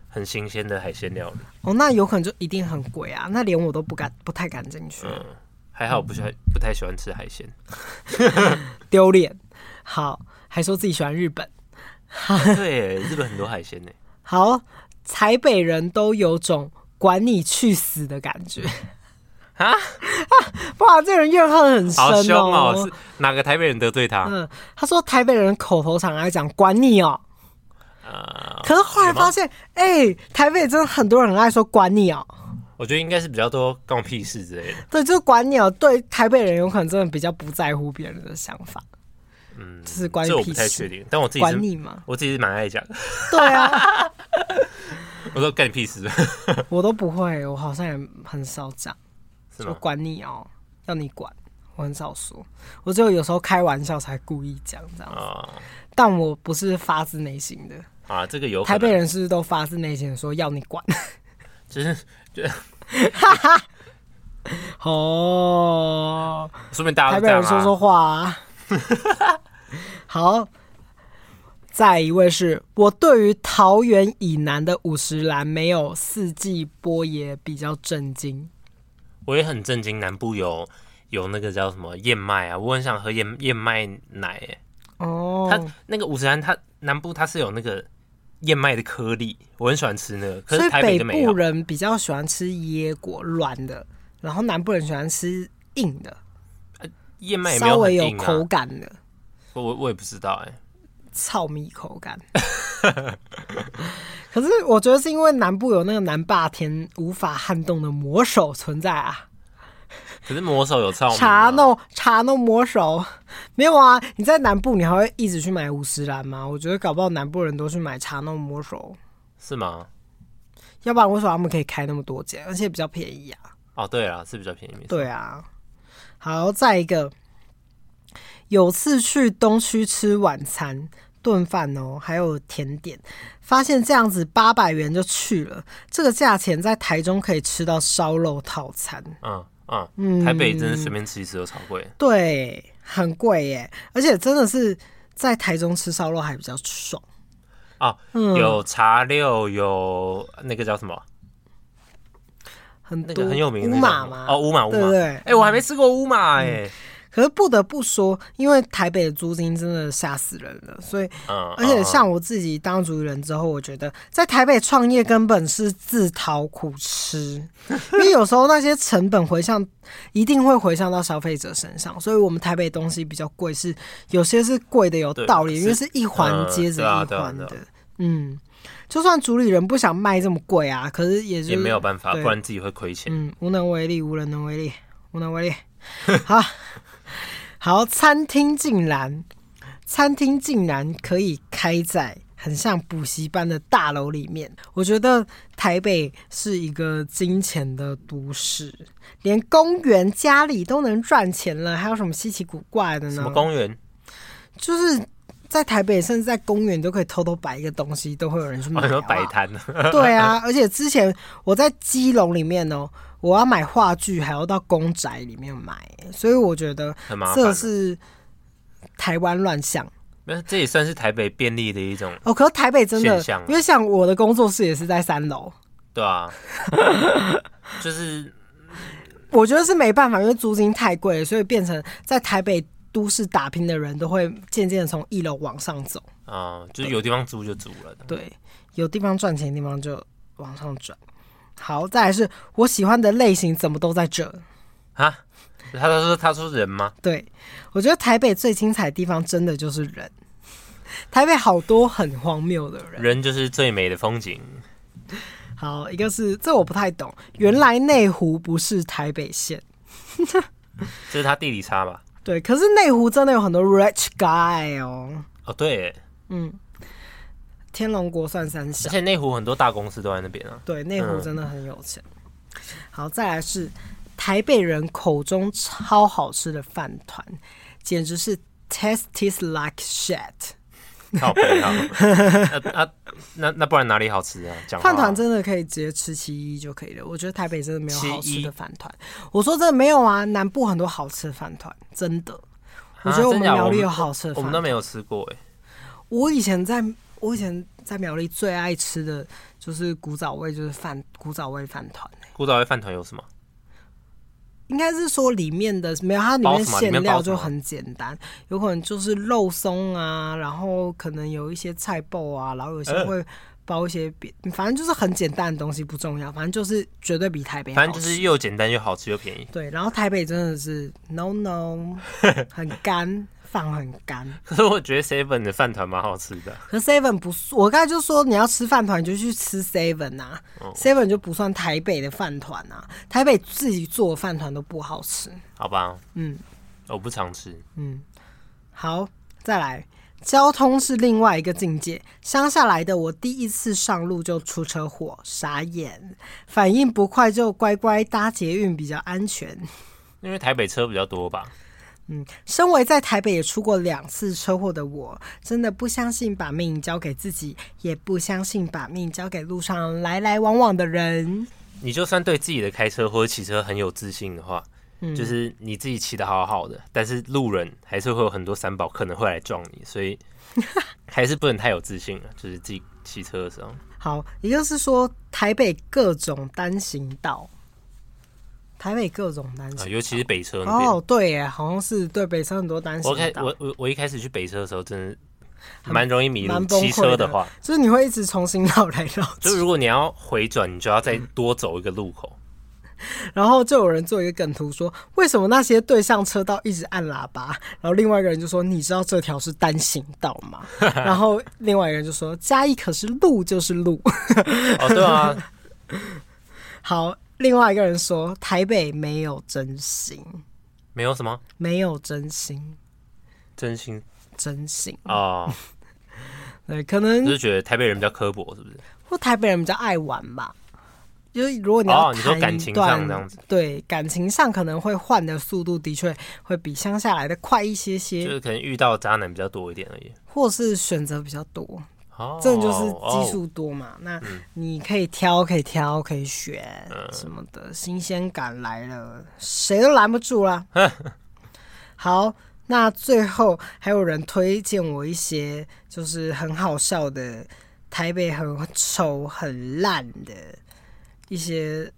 Speaker 2: 很新鲜的海鲜料理。
Speaker 1: 哦，那有可能就一定很贵啊，那连我都不敢，不太敢进去，
Speaker 2: 嗯，还好不喜欢不太喜欢吃海鲜。
Speaker 1: 丢脸。好，还说自己喜欢日本，
Speaker 2: 对，日本很多海鲜呢。
Speaker 1: 好，台北人都有种管你去死的感觉
Speaker 2: 啊！
Speaker 1: 哇，这人怨恨很深
Speaker 2: 好凶
Speaker 1: 哦。
Speaker 2: 哦！是哪个台北人得罪他？
Speaker 1: 嗯，他说台北人口头常来讲管你哦，
Speaker 2: 呃，
Speaker 1: 可是后来
Speaker 2: 有吗
Speaker 1: 发现，哎、台北真的很多人很爱说管你哦，
Speaker 2: 我觉得应该是比较多关我屁事之类的。
Speaker 1: 对，就是管你哦，对台北人有可能真的比较不在乎别人的想法，
Speaker 2: 嗯，
Speaker 1: 是关于
Speaker 2: 这我
Speaker 1: 屁
Speaker 2: 不太
Speaker 1: 事
Speaker 2: 确定，但我自己
Speaker 1: 管
Speaker 2: 是，
Speaker 1: 你嘛，
Speaker 2: 我自己是蛮爱讲 的。
Speaker 1: 对啊。
Speaker 2: 我说干你 屁事，
Speaker 1: 我都不会，我好像也很少讲，
Speaker 2: 是
Speaker 1: 就
Speaker 2: 吗？
Speaker 1: 管你哦、要你管，我很少说，我只有有时候开玩笑才故意讲这样，
Speaker 2: 啊
Speaker 1: 但我不是发自内心的。
Speaker 2: 啊，这个有可
Speaker 1: 台北
Speaker 2: 能，
Speaker 1: 人是不是都发自内心的说要你 管？
Speaker 2: 就是
Speaker 1: 哦，
Speaker 2: 说明大家
Speaker 1: 台
Speaker 2: 都
Speaker 1: 北
Speaker 2: 这样
Speaker 1: 人
Speaker 2: 啊
Speaker 1: 说说话、 啊。好，再一位是我对于桃园以南的五十岚没有四季波也比较震惊。
Speaker 2: 我也很震惊，南部有有那个叫什么燕麦啊，我很想喝燕燕麦奶耶。
Speaker 1: 哦，
Speaker 2: 它那个五十岚，它南部它是有那个燕麦的颗粒，我很喜欢吃那个，可
Speaker 1: 所
Speaker 2: 是
Speaker 1: 以
Speaker 2: 台
Speaker 1: 北
Speaker 2: 就没
Speaker 1: 部
Speaker 2: 有。
Speaker 1: 人比较喜欢吃椰果软的，然后南部人喜欢吃硬的，
Speaker 2: 燕麦也没
Speaker 1: 稍微
Speaker 2: 很
Speaker 1: 有
Speaker 2: 硬
Speaker 1: 口
Speaker 2: 啊，
Speaker 1: 感的
Speaker 2: 我我也不知道哎、
Speaker 1: 糙米口感。 可是我觉得是因为南部有那个南霸天无法撼动的魔手存在啊，
Speaker 2: 可是魔手有糙米、
Speaker 1: 茶
Speaker 2: 啊，
Speaker 1: 弄茶弄魔手 没有啊？你在南部你还会一直去买五十兰吗？我觉得搞不好南部人都去买茶弄魔手，
Speaker 2: 是吗？
Speaker 1: 要不然为什么他们可以开那么多间，而且比较便宜啊？
Speaker 2: 哦，对了，是比较便宜。没错，
Speaker 1: 对啊，好，再一个，有次去东区吃晚餐顿饭哦，还有甜点，发现这样子八百元就去了，这个价钱在台中可以吃到烧肉套餐，
Speaker 2: 嗯嗯，台北真是随便吃一次都超贵。
Speaker 1: 对，很贵耶，而且真的是在台中吃烧肉还比较爽。
Speaker 2: 哦，
Speaker 1: 嗯
Speaker 2: 有茶六，有那个叫什么，
Speaker 1: 很
Speaker 2: 那
Speaker 1: 多
Speaker 2: 个很有名的
Speaker 1: 乌
Speaker 2: 那个叫
Speaker 1: 马
Speaker 2: 什么
Speaker 1: 嘛，
Speaker 2: 哦，乌马乌
Speaker 1: 对不
Speaker 2: 马，
Speaker 1: 对
Speaker 2: 哎、？我还没吃过乌马哎、
Speaker 1: 可是不得不说，因为台北的租金真的吓死人了，所以
Speaker 2: 嗯，
Speaker 1: 而且
Speaker 2: 嗯
Speaker 1: 像我自己当主人之后，我觉得在台北创业根本是自讨苦吃，因为有时候那些成本回向一定会回向到消费者身上，所以我们台北东西比较贵，是有些是贵的有道理，
Speaker 2: 对
Speaker 1: 因为是一环接着
Speaker 2: 嗯
Speaker 1: 一
Speaker 2: 对啊
Speaker 1: 环
Speaker 2: 对
Speaker 1: 的
Speaker 2: 啊对啊，
Speaker 1: 嗯，就算主理人不想卖这么贵啊，可是也就是
Speaker 2: 也没有办法，
Speaker 1: 对
Speaker 2: 不然自己会亏钱。
Speaker 1: 嗯，无能为力，无人能为力，无能为力。 好，好，餐厅竟然，餐厅竟然可以开在很像补习班的大楼里面。我觉得台北是一个金钱的都市，连公园、家里都能赚钱了，还有什么稀奇古怪的
Speaker 2: 什么
Speaker 1: 呢？
Speaker 2: 公园？
Speaker 1: 就是。在台北，甚至在公园都可以偷偷摆一个东西，都会有人去买
Speaker 2: 哦，什
Speaker 1: 好
Speaker 2: 么
Speaker 1: 不好。
Speaker 2: 摆摊？
Speaker 1: 对啊，而且之前我在基隆里面哦，我要买话剧还要到公宅里面买，所以我觉得
Speaker 2: 很麻烦
Speaker 1: 这
Speaker 2: 啊。
Speaker 1: 是台湾乱象
Speaker 2: 那这也算是台北便利的一种，
Speaker 1: 哦。可是台北真的
Speaker 2: 现象啊，
Speaker 1: 因为像我 的工作室也是在三楼，
Speaker 2: 啊对啊，就是
Speaker 1: 我觉得是没办法，因为租金太贵了，所以变成在台北都市打拼的人都会渐渐地从一楼往上走。
Speaker 2: 啊、就是有地方租就租了。
Speaker 1: 对，有地方赚钱的地方就往上转。好，再来是我喜欢的类型，怎么都在这。
Speaker 2: 啊，他他说他说人吗？
Speaker 1: 对，我觉得台北最精彩的地方真的就是人。台北好多很荒谬的人。
Speaker 2: 人就是最美的风景。
Speaker 1: 好，一个是这我不太懂，原来内湖不是台北县，
Speaker 2: 这是他地理差吧？
Speaker 1: 对，可是内湖真的有很多 rich guy 哦。
Speaker 2: 哦，对耶，
Speaker 1: 嗯，天龙国算三
Speaker 2: 而
Speaker 1: 峡，
Speaker 2: 且内湖很多大公司都在那 边啊。
Speaker 1: 对，内湖真的很有钱。好，再来是台北人口中超好吃的饭团，简直是 tastes like shit。
Speaker 2: 靠北啊！啊啊，那那不然哪里好吃啊？讲话
Speaker 1: 饭团真的可以直接吃七一就可以了。我觉得台北真的没有好
Speaker 2: 七
Speaker 1: 吃
Speaker 2: 一
Speaker 1: 的饭团。我说真的没有啊，南部很多好吃的饭团，真的。我觉得我
Speaker 2: 啊真
Speaker 1: 们
Speaker 2: 假
Speaker 1: 苗栗
Speaker 2: 我
Speaker 1: 有好吃的
Speaker 2: 我
Speaker 1: 饭
Speaker 2: 们都
Speaker 1: 团。
Speaker 2: 没有吃过哎。
Speaker 1: 我以前在我以前在苗栗最爱吃的就是古早味，就是饭古早味饭团、欸
Speaker 2: 古早味饭团有什么？
Speaker 1: 应该是说里面的没有，它里面馅料就很简单，有可能就是肉松啊，然后可能有一些菜爆啊，然后有些
Speaker 2: 嗯
Speaker 1: 会包一些别，反正就是很简单的东西不重要，反正就是绝对比台北好
Speaker 2: 反
Speaker 1: 吃。
Speaker 2: 正就是又简单又好吃又便宜。
Speaker 1: 对，然后台北真的是 no no，很干，饭很干。
Speaker 2: 可是我觉得 Seven 的饭团蛮好吃的。
Speaker 1: 可 seven 不，我刚才就说你要吃饭团，你就去吃 seven 啊，seven 就不算台北的饭团啊，台北自己做的饭团都不好吃。
Speaker 2: 好吧，
Speaker 1: 嗯，
Speaker 2: 我不常吃。
Speaker 1: 好，再来，交通是另外一个境界。乡下来的我第一次上路就出车祸，傻眼，反应不快就乖乖搭捷运比较安全。
Speaker 2: 因为台北车比较多吧，
Speaker 1: 身为在台北也出过两次车祸的我，真的不相信把命交给自己，也不相信把命交给路上来来往往的人。
Speaker 2: 你就算对自己的开车或者骑车很有自信的话，
Speaker 1: 嗯
Speaker 2: 就是你自己骑的好好的，但是路人还是会有很多三宝可能会来撞你，所以还是不能太有自信 了。就是自己骑车的时候，
Speaker 1: 好，也就是说，台北各种单行道，台北各种单
Speaker 2: 啊、
Speaker 1: 行
Speaker 2: 尤其是北车那边。
Speaker 1: 哦，对耶，好像是对北上很多单
Speaker 2: 我
Speaker 1: 行
Speaker 2: 开
Speaker 1: 道
Speaker 2: 我，我我一开始去北车的时候，真的蛮容易迷路
Speaker 1: 蛮。崩
Speaker 2: 骑
Speaker 1: 溃
Speaker 2: 车
Speaker 1: 的
Speaker 2: 的话，
Speaker 1: 就是你会一直重新绕来绕
Speaker 2: 就
Speaker 1: 去，
Speaker 2: 如果你要回转，你就 要再多走一个路口。
Speaker 1: 然后就有人做一个梗图说，为什么那些对向车道一直按喇叭？然后另外一个人就说，你知道这条是单行道吗？然后另外一个人就说，嘉义可是路就是路。
Speaker 2: 哦，对啊，
Speaker 1: 好，另外一个人说，台北没有真心，
Speaker 2: 没有什么
Speaker 1: 没有真心，
Speaker 2: 真心
Speaker 1: 真心。
Speaker 2: 哦，
Speaker 1: 对，可能
Speaker 2: 就是觉得台北人比较刻薄，是不是？
Speaker 1: 或台北人比较爱玩吧。就是如果你
Speaker 2: 哦
Speaker 1: 要
Speaker 2: 你说
Speaker 1: 谈
Speaker 2: 感
Speaker 1: 一
Speaker 2: 情
Speaker 1: 段，
Speaker 2: 上这样子
Speaker 1: 对感情上可能会换的速度的确会比乡下来的快一些
Speaker 2: 就
Speaker 1: 些，
Speaker 2: 是可能遇到渣男比较多一点而已。
Speaker 1: 或是选择比较多，
Speaker 2: 哦，
Speaker 1: 这就是基数多嘛。那你可以挑，可以挑，可以选
Speaker 2: 嗯
Speaker 1: 什么的，新鲜感来了，谁都拦不住啦。 好，那最后还有人推荐我一些就是很好笑的台北很丑很烂的一些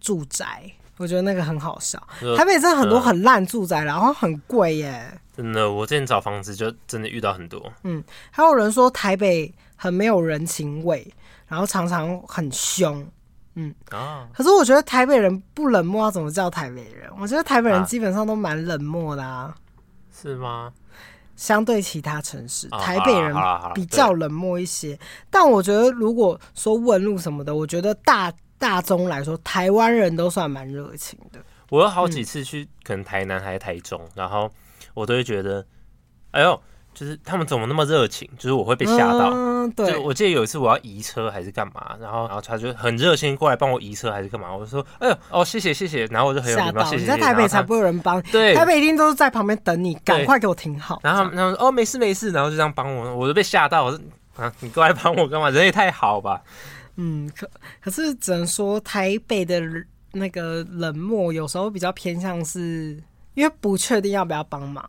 Speaker 1: 住宅，我觉得那个很好笑。
Speaker 2: 哦
Speaker 1: 台北真的很多
Speaker 2: 嗯
Speaker 1: 很烂住宅，然后很贵耶。
Speaker 2: 真的，我之前找房子就真的遇到很多，
Speaker 1: 还有人说台北很没有人情味，然后常常很凶。哦
Speaker 2: 啊，
Speaker 1: 可是我觉得台北人不冷漠，要怎么叫台北人？我觉得台北人
Speaker 2: 啊
Speaker 1: 基本上都蛮冷漠的啊。
Speaker 2: 是吗？
Speaker 1: 相对其他城市，
Speaker 2: 啊
Speaker 1: 台北人
Speaker 2: 好啦好啦好啦
Speaker 1: 比较冷漠一些。但我觉得，如果说问路什么的，我觉得大大宗来说，台湾人都算蛮热情的。
Speaker 2: 我有好几次去，可能台南还是台
Speaker 1: 嗯
Speaker 2: 中，然后我都会觉得，哎呦，就是他们怎么那么热情？就是我会被吓到。
Speaker 1: 嗯，对
Speaker 2: 就，我记得有一次我要移车还是干嘛，然后然后他就很热心过来帮我移车还是干嘛，我就说，哎呦，哦，谢谢谢谢，然后我就很有
Speaker 1: 吓
Speaker 2: 礼貌，
Speaker 1: 到
Speaker 2: 谢谢。
Speaker 1: 你
Speaker 2: 谢谢
Speaker 1: 在台北才
Speaker 2: 然后
Speaker 1: 不会有人帮你，
Speaker 2: 他对，
Speaker 1: 台北一定都是在旁边等你，赶
Speaker 2: 对
Speaker 1: 快给我停好。
Speaker 2: 然后他们他们说哦没事没事，然后就这样帮我，我都被吓到，我说啊你过来帮我干嘛？人也太好吧？
Speaker 1: 嗯，可可是只能说台北的人那个冷漠，有时候比较偏向是因为不确定要不要帮忙，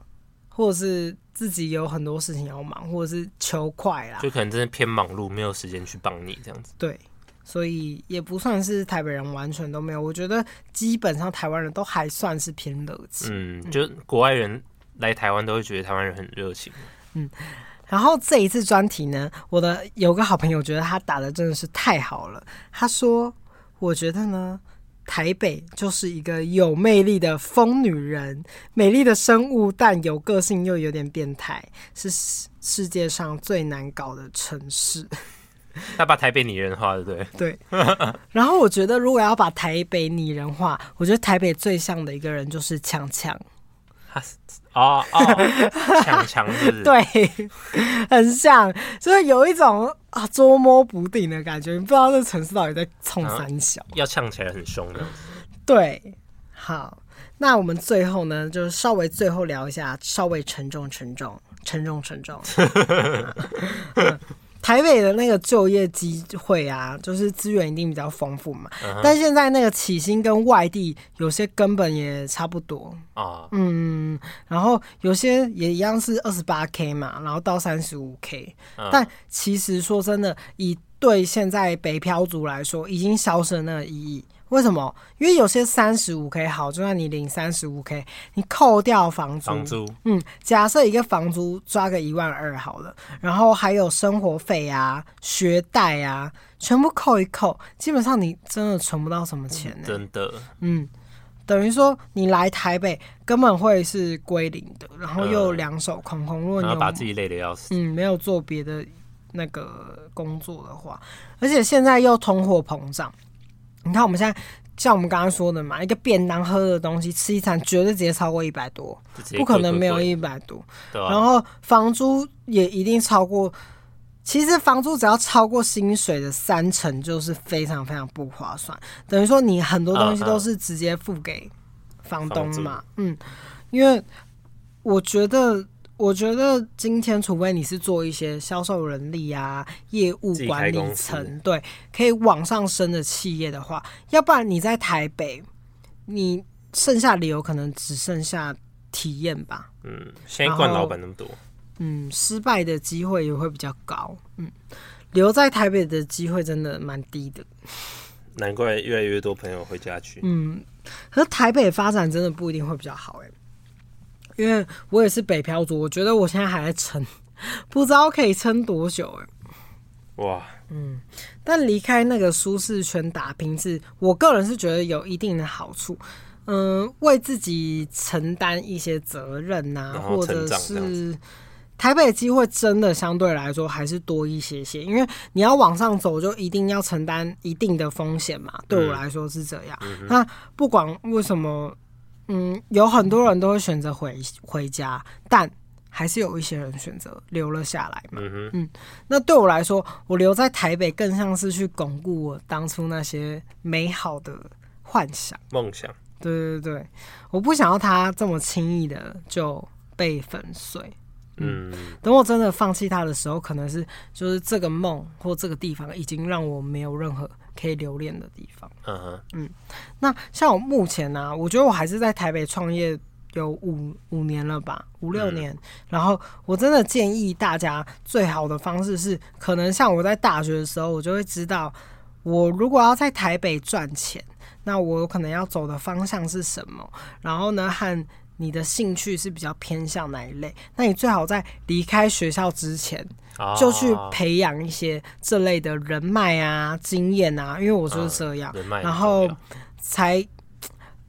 Speaker 1: 或者是自己有很多事情要忙，或者是求快啦。
Speaker 2: 就可能真的偏忙碌，没有时间去帮你这样子。
Speaker 1: 对，所以也不算是台北人完全都没有。我觉得基本上台湾人都还算是偏热情。
Speaker 2: 嗯，就国外人来台湾都会觉得台湾人很热情。
Speaker 1: 然后这一次专题呢，我的有个好朋友觉得他打的真的是太好了，他说：“我觉得呢，台北就是一个有魅力的疯女人，美丽的生物，但有个性又有点变态，是世世界上最难搞的城市。”
Speaker 2: 他把台北拟人化，对不对？
Speaker 1: 对，然后我觉得如果要把台北拟人化，我觉得台北最像的一个人就是强强，
Speaker 2: 哦哦，强强是不是？，
Speaker 1: 对， 很像，就是有一种啊捉摸不定的感觉，你不知道这城市到底在冲三小。
Speaker 2: 要呛起来很凶的。
Speaker 1: 对，好，那我们最后呢，就是稍微最后聊一下，稍微沉重沉重沉重沉 重。嗯台北的那个就业机会啊，就是资源一定比较丰富嘛。
Speaker 2: 嗯哼
Speaker 1: 但现在那个起薪跟外地有些根本也差不多，
Speaker 2: 啊，
Speaker 1: 嗯，然后有些也一样是二十八 k 嘛，然后到三十五 k，
Speaker 2: 嗯
Speaker 1: 但其实说真的，以对现在北漂族来说，已经消失了那个意义。为什么？因为有些三十五 k 好，就算你领三十五 k，你扣掉房租，
Speaker 2: 房租
Speaker 1: 嗯，假设一个房租抓个一万二好了，然后还有生活费啊、学贷啊，全部扣一扣，基本上你真的存不到什么钱呢、
Speaker 2: 真的，
Speaker 1: 嗯，等于说你来台北根本会是归零的，然后又
Speaker 2: 嗯
Speaker 1: 两手空空。如果你
Speaker 2: 然后
Speaker 1: 有
Speaker 2: 把自己累得要死。
Speaker 1: 嗯没有做别的那个工作的话，而且现在又通货膨胀，你看我们现在。像我们刚刚说的嘛，一个便当喝的东西吃一餐，绝对直接超过一百多，
Speaker 2: 就直接
Speaker 1: 不可能
Speaker 2: 跪
Speaker 1: 没有
Speaker 2: 跪跪，
Speaker 1: 一百多。
Speaker 2: 对啊吧
Speaker 1: 然后房租也一定超过，其实房租只要超过薪水的三成，就是非常非常不划算。等于说你很多东西
Speaker 2: 嗯嗯
Speaker 1: 都是直接付给房东
Speaker 2: 呃房租
Speaker 1: 嘛，嗯，因为我觉得。我觉得今天，除非你是做一些销售人力啊、业务
Speaker 2: 自己
Speaker 1: 管
Speaker 2: 开
Speaker 1: 理
Speaker 2: 公司
Speaker 1: 层，对，可以往上升的企业的话，要不然你在台北，你剩下的有可能只剩下体验吧。
Speaker 2: 嗯，现在惯
Speaker 1: 然后
Speaker 2: 老板那么多，
Speaker 1: 嗯，失败的机会也会比较高。嗯，留在台北的机会真的蛮低的。
Speaker 2: 难怪越来越多朋友回家去。
Speaker 1: 嗯，可是台北发展真的不一定会比较好哎、因为我也是北漂族，我觉得我现在还在撑，不知道可以撑多久哎、
Speaker 2: 哇，
Speaker 1: 但离开那个舒适圈打拼是，我个人是觉得有一定的好处。嗯，为自己承担一些责任呐、
Speaker 2: 然后
Speaker 1: 或者
Speaker 2: 成长这样
Speaker 1: 是台北的机会真的相对来说还是多一些些，因为你要往上走，就一定要承担一定的风险嘛。对
Speaker 2: 嗯
Speaker 1: 我来说是这样。那不管为什么，嗯，有很多人都会选择回回家，但还是有一些人选择留了下来嘛。
Speaker 2: 嗯哼，
Speaker 1: 那对我来说，我留在台北更像是去巩固我当初那些美好的幻想。
Speaker 2: 梦想
Speaker 1: 对对对，我不想要它这么轻易的就被粉碎。
Speaker 2: 嗯，
Speaker 1: 等我真的放弃它的时候，可能是就是这个梦或这个地方已经让我没有任何可以留恋的地方。
Speaker 2: 嗯哼，
Speaker 1: 那像我目前呢、我觉得我还是在台北创业有五五年了吧，五六年。然后我真的建议大家，最好的方式是，可能像我在大学的时候，我就会知道，我如果要在台北赚钱，那我有可能要走的方向是什么。然后呢，和你的兴趣是比较偏向哪一类？那你最好在离开学校之前，
Speaker 2: 啊
Speaker 1: 就去培养一些这类的人脉啊、经验啊，因为我就是这样。
Speaker 2: 嗯人脉很重要，
Speaker 1: 然后才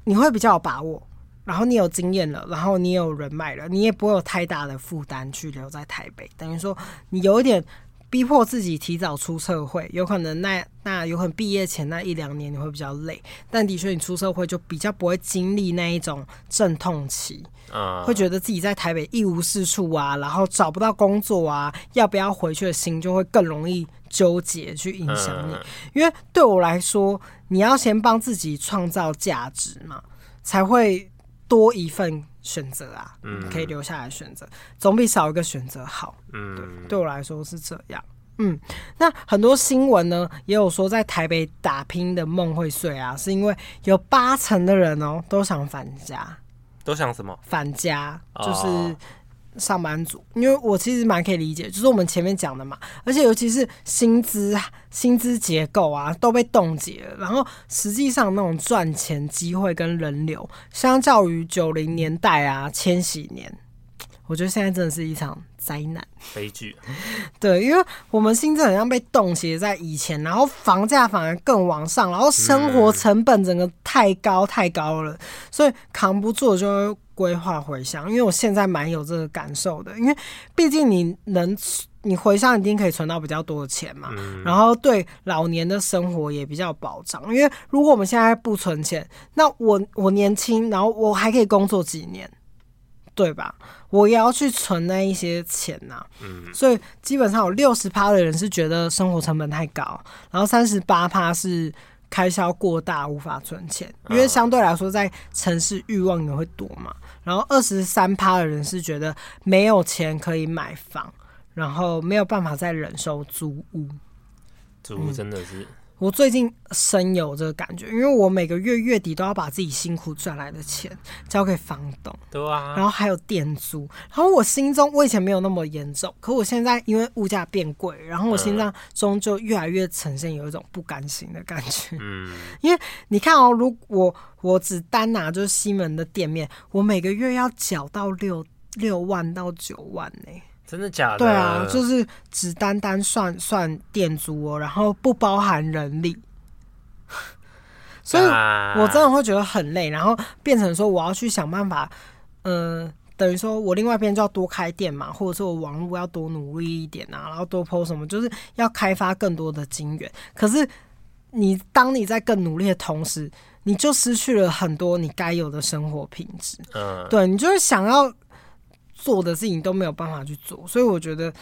Speaker 1: 你会比较有把握。然后你有经验了，然后你有人脉了，你也不会有太大的负担去留在台北。等于说，你有一点逼迫自己提早出社会，有可能那那有可能毕业前那一两年你会比较累，但的确你出社会就比较不会经历那一种阵痛期，
Speaker 2: 嗯，
Speaker 1: 会觉得自己在台北一无是处啊，然后找不到工作啊，要不要回去的心就会更容易纠结，去影响你。
Speaker 2: 嗯
Speaker 1: 因为对我来说，你要先帮自己创造价值嘛，才会多一份选择啊，
Speaker 2: 嗯
Speaker 1: 可以留下来选择，总比少一个选择好。
Speaker 2: 嗯，
Speaker 1: 对我来说是这样。嗯，那很多新闻呢也有说，在台北打拼的梦会碎啊，是因为有八成的人哦都想返家，
Speaker 2: 都想什么？
Speaker 1: 返家
Speaker 2: 哦
Speaker 1: 就是上班族，因为我其实蛮可以理解，就是我们前面讲的嘛，而且尤其是薪资、薪资结构啊都被冻结了，然后实际上那种赚钱机会跟人流，相较于九零年代啊、千禧年，我觉得现在真的是一场灾难。
Speaker 2: 悲剧。
Speaker 1: 对，因为我们薪资好像被冻结在以前，然后房价反而更往上，然后生活成本整个太高太高了，所以扛不住就会规划回乡。因为我现在蛮有这个感受的，因为毕竟你能你回乡一定可以存到比较多的钱嘛，然后对老年的生活也比较有保障。因为如果我们现在不存钱，那我我年轻，然后我还可以工作几年。对吧？我也要去存那一些钱啊呐、
Speaker 2: 嗯
Speaker 1: 所以基本上有六十趴的人是觉得生活成本太高，然后三十八趴是开销过大无法存钱，因为相对来说在城市欲望也会多嘛。然后二十三趴的人是觉得没有钱可以买房，然后没有办法再忍受租屋。
Speaker 2: 租
Speaker 1: 嗯
Speaker 2: 屋真的是，
Speaker 1: 我最近深有这个感觉，因为我每个月月底都要把自己辛苦赚来的钱交给房东。
Speaker 2: 对啊，
Speaker 1: 然后还有店租，然后我心中我以前没有那么严重，可我现在因为物价变贵，然后我心脏中就越来越呈现有一种不甘心的感觉。
Speaker 2: 嗯，
Speaker 1: 你看哦，如果我只单拿就是西门的店面，我每个月要缴到六六万到九万呢、
Speaker 2: 真的假的？
Speaker 1: 对啊，就是只单单算算店租哦，然后不包含人力， 所以我
Speaker 2: 我
Speaker 1: 真的会觉得很累，然后变成说我要去想办法，嗯、等于说我另外一边就要多开店嘛，或者说我网络要多努力一点啊，然后多 PO 什么，就是要开发更多的金源。可是你当你在更努力的同时，你就失去了很多你该有的生活品质，
Speaker 2: 嗯，
Speaker 1: 对你就是想要做的事情都没有办法去做，所以我觉得。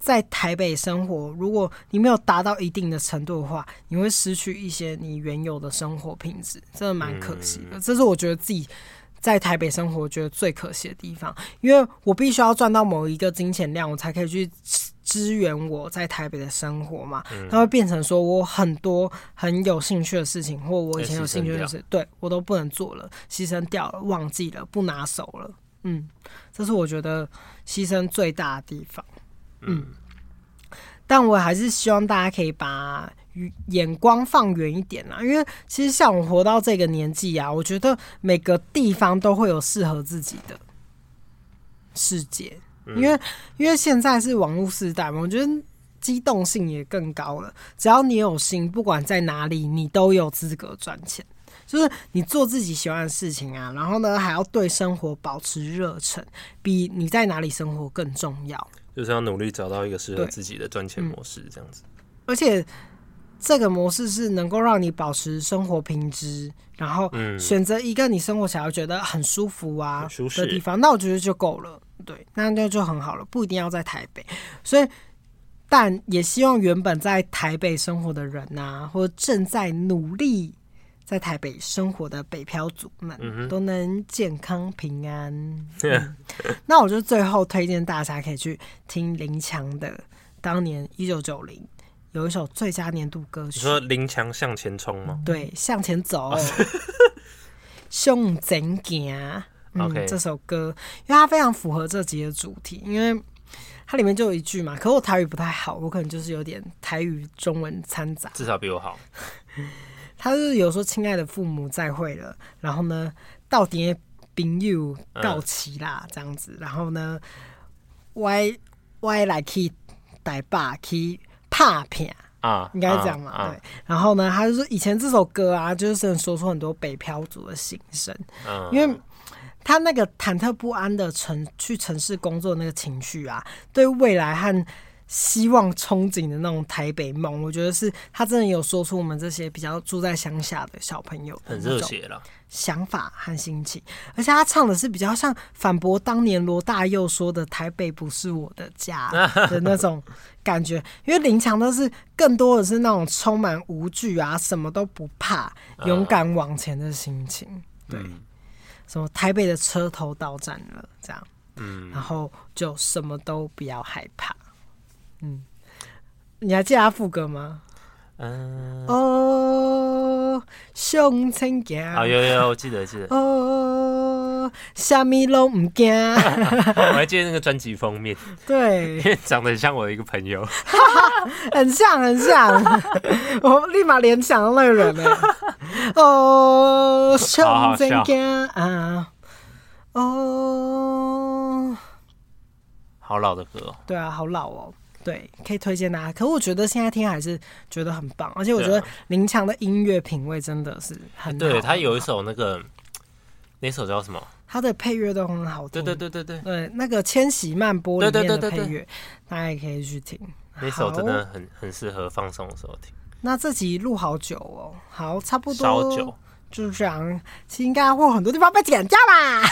Speaker 1: 在台北生活，如果你没有达到一定的程度的话，你会失去一些你原有的生活品质，真的蛮可惜的。这是我觉得自己在台北生活觉得最可惜的地方，因为我必须要赚到某一个金钱量，我才可以去支支援我在台北的生活嘛。它会变成说我很多很有兴趣的事情，或我以前有兴趣的事，对我都不能做了，牺牲掉了，忘记了，不拿手了。嗯，这是我觉得牺牲最大的地方。
Speaker 2: 嗯
Speaker 1: 嗯但我还是希望大家可以把眼光放远一点啦，因为其实像我活到这个年纪啊，我觉得每个地方都会有适合自己的世界，因为因为现在是网络时代嘛，我觉得。机动性也更高了，只要你有心，不管在哪里，你都有资格赚钱。就是你做自己喜欢的事情啊，然后呢，还要对生活保持热忱，比你在哪里生活更重要。
Speaker 2: 就是要努力找到一个适合
Speaker 1: 对嗯
Speaker 2: 自己的赚钱模式，这样子。
Speaker 1: 而且这个模式是能够让你保持生活品质，然后
Speaker 2: 嗯
Speaker 1: 选择一个你生活想要觉得很舒服啊
Speaker 2: 很舒适
Speaker 1: 的地方，那我觉得就够了。对，那就就很好了，不一定要在台北。所以，但也希望原本在台北生活的人呐、或者正在努力在台北生活的北漂族们，
Speaker 2: 嗯
Speaker 1: 都能健康平安。嗯那我就最后推荐大家可以去听林强的，当年一九九零有一首最佳年度歌
Speaker 2: 你
Speaker 1: 曲，
Speaker 2: 说哦林强向前冲吗？
Speaker 1: 对，向前走， 向前 行。嗯
Speaker 2: OK
Speaker 1: 这首歌，因为它非常符合这集的主题，因为它里面就有一句嘛，可我台语不太好，我可能就是有点台语中文掺杂。
Speaker 2: 至少比 我好。
Speaker 1: 他就是有说：“亲爱的父母，再会了。”然后呢，到底朋友告齐啦，
Speaker 2: 嗯
Speaker 1: 这样子。然后呢，我我来去台北去拍片，
Speaker 2: 啊，
Speaker 1: 应该这样嘛？
Speaker 2: 啊
Speaker 1: 对，。然后呢，他就说以前这首歌啊，就是真的说出很多北漂族的心声，
Speaker 2: 嗯，
Speaker 1: 因为。他那个忐忑不安的城去城市工作的那个情绪啊，对未来和希望憧憬的那种台北梦，我觉得是他真的有说出我们这些比较住在乡下的小朋友的
Speaker 2: 嗯很
Speaker 1: 那
Speaker 2: 热
Speaker 1: 种
Speaker 2: 血了。
Speaker 1: 想法和心情，而且他唱的是比较像反驳当年罗大佑说的“台北不是我的家” 的那种感觉，因为林强的是更多的是那种充满无惧啊，什么都不怕，
Speaker 2: 嗯
Speaker 1: 勇敢往前的心情。对，什么台北的车头到站了这样，嗯，然后就什么都不要害怕，嗯，你还记得他副歌吗？
Speaker 2: 嗯，
Speaker 1: 哦，向前行。
Speaker 2: 啊啊，有有有，我记得记得。
Speaker 1: 哦，哦，虾米拢唔 惊。
Speaker 2: 我还记得那个专辑封面，
Speaker 1: 对
Speaker 2: 因，为长得很像我的一个朋友，
Speaker 1: 很像，很 像，我立马联想到那个人了。哦，
Speaker 2: 好
Speaker 1: 胸
Speaker 2: 好
Speaker 1: 真
Speaker 2: 笑
Speaker 1: 惊啊！哦，
Speaker 2: 好老的歌哦。
Speaker 1: 对啊，好老哦。对，可以推荐大家。可我觉得现在听还是觉得很棒，而且我觉
Speaker 2: 对啊
Speaker 1: 得林强的音乐品味真的是很好。
Speaker 2: 对他有一首那个，那首叫什么？
Speaker 1: 他的配乐都很好听。
Speaker 2: 对对对对对，
Speaker 1: 对，那个千禧曼波里
Speaker 2: 对
Speaker 1: 面
Speaker 2: 对
Speaker 1: 的
Speaker 2: 对
Speaker 1: 配
Speaker 2: 对对
Speaker 1: 乐，大家也可以去听。
Speaker 2: 那首真
Speaker 1: 好
Speaker 2: 的很很适合放松的时候听，
Speaker 1: 那这集录好久哦，好，差不多
Speaker 2: 烧酒。
Speaker 1: 就是这样。其实应该会有很多地方被剪掉吧。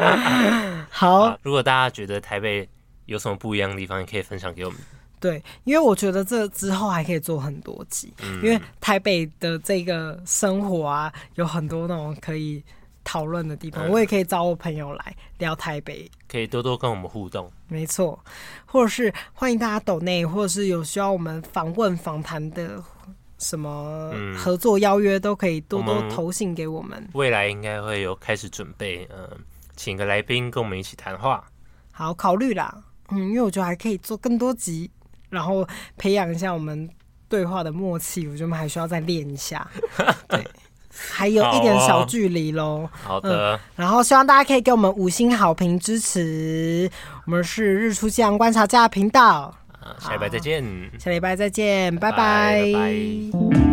Speaker 1: 好
Speaker 2: 啊，如果大家觉得台北有什么不一样的地方，也可以分享给我们。
Speaker 1: 对，因为我觉得这之后还可以做很多集，
Speaker 2: 嗯
Speaker 1: 因为台北的这个生活啊，有很多那种可以讨论的地方。
Speaker 2: 嗯
Speaker 1: 我也可以找我朋友来聊台北
Speaker 2: 可以多多跟我们互动。
Speaker 1: 没错，或者是欢迎大家抖内，或者是有需要我们访问访谈的什么
Speaker 2: 嗯
Speaker 1: 合作邀约，都可以多
Speaker 2: 我
Speaker 1: 多
Speaker 2: 们
Speaker 1: 投信给我们。
Speaker 2: 未来应该会有开始准备，嗯、请个来宾跟我们一起谈话。
Speaker 1: 好，考虑啦，嗯，因为我觉得还可以做更多集，然后培养一下我们对话的默契，我觉得我们还需要再练一下。对，还有一点
Speaker 2: 好
Speaker 1: 小
Speaker 2: 啊
Speaker 1: 距离喽。
Speaker 2: 好的，
Speaker 1: 然后希望大家可以给我们五星好评支持。我们是日出夕阳观察家频道，
Speaker 2: 呃啊，下礼拜再见。
Speaker 1: 下礼拜再见，拜
Speaker 2: 拜
Speaker 1: 拜
Speaker 2: 拜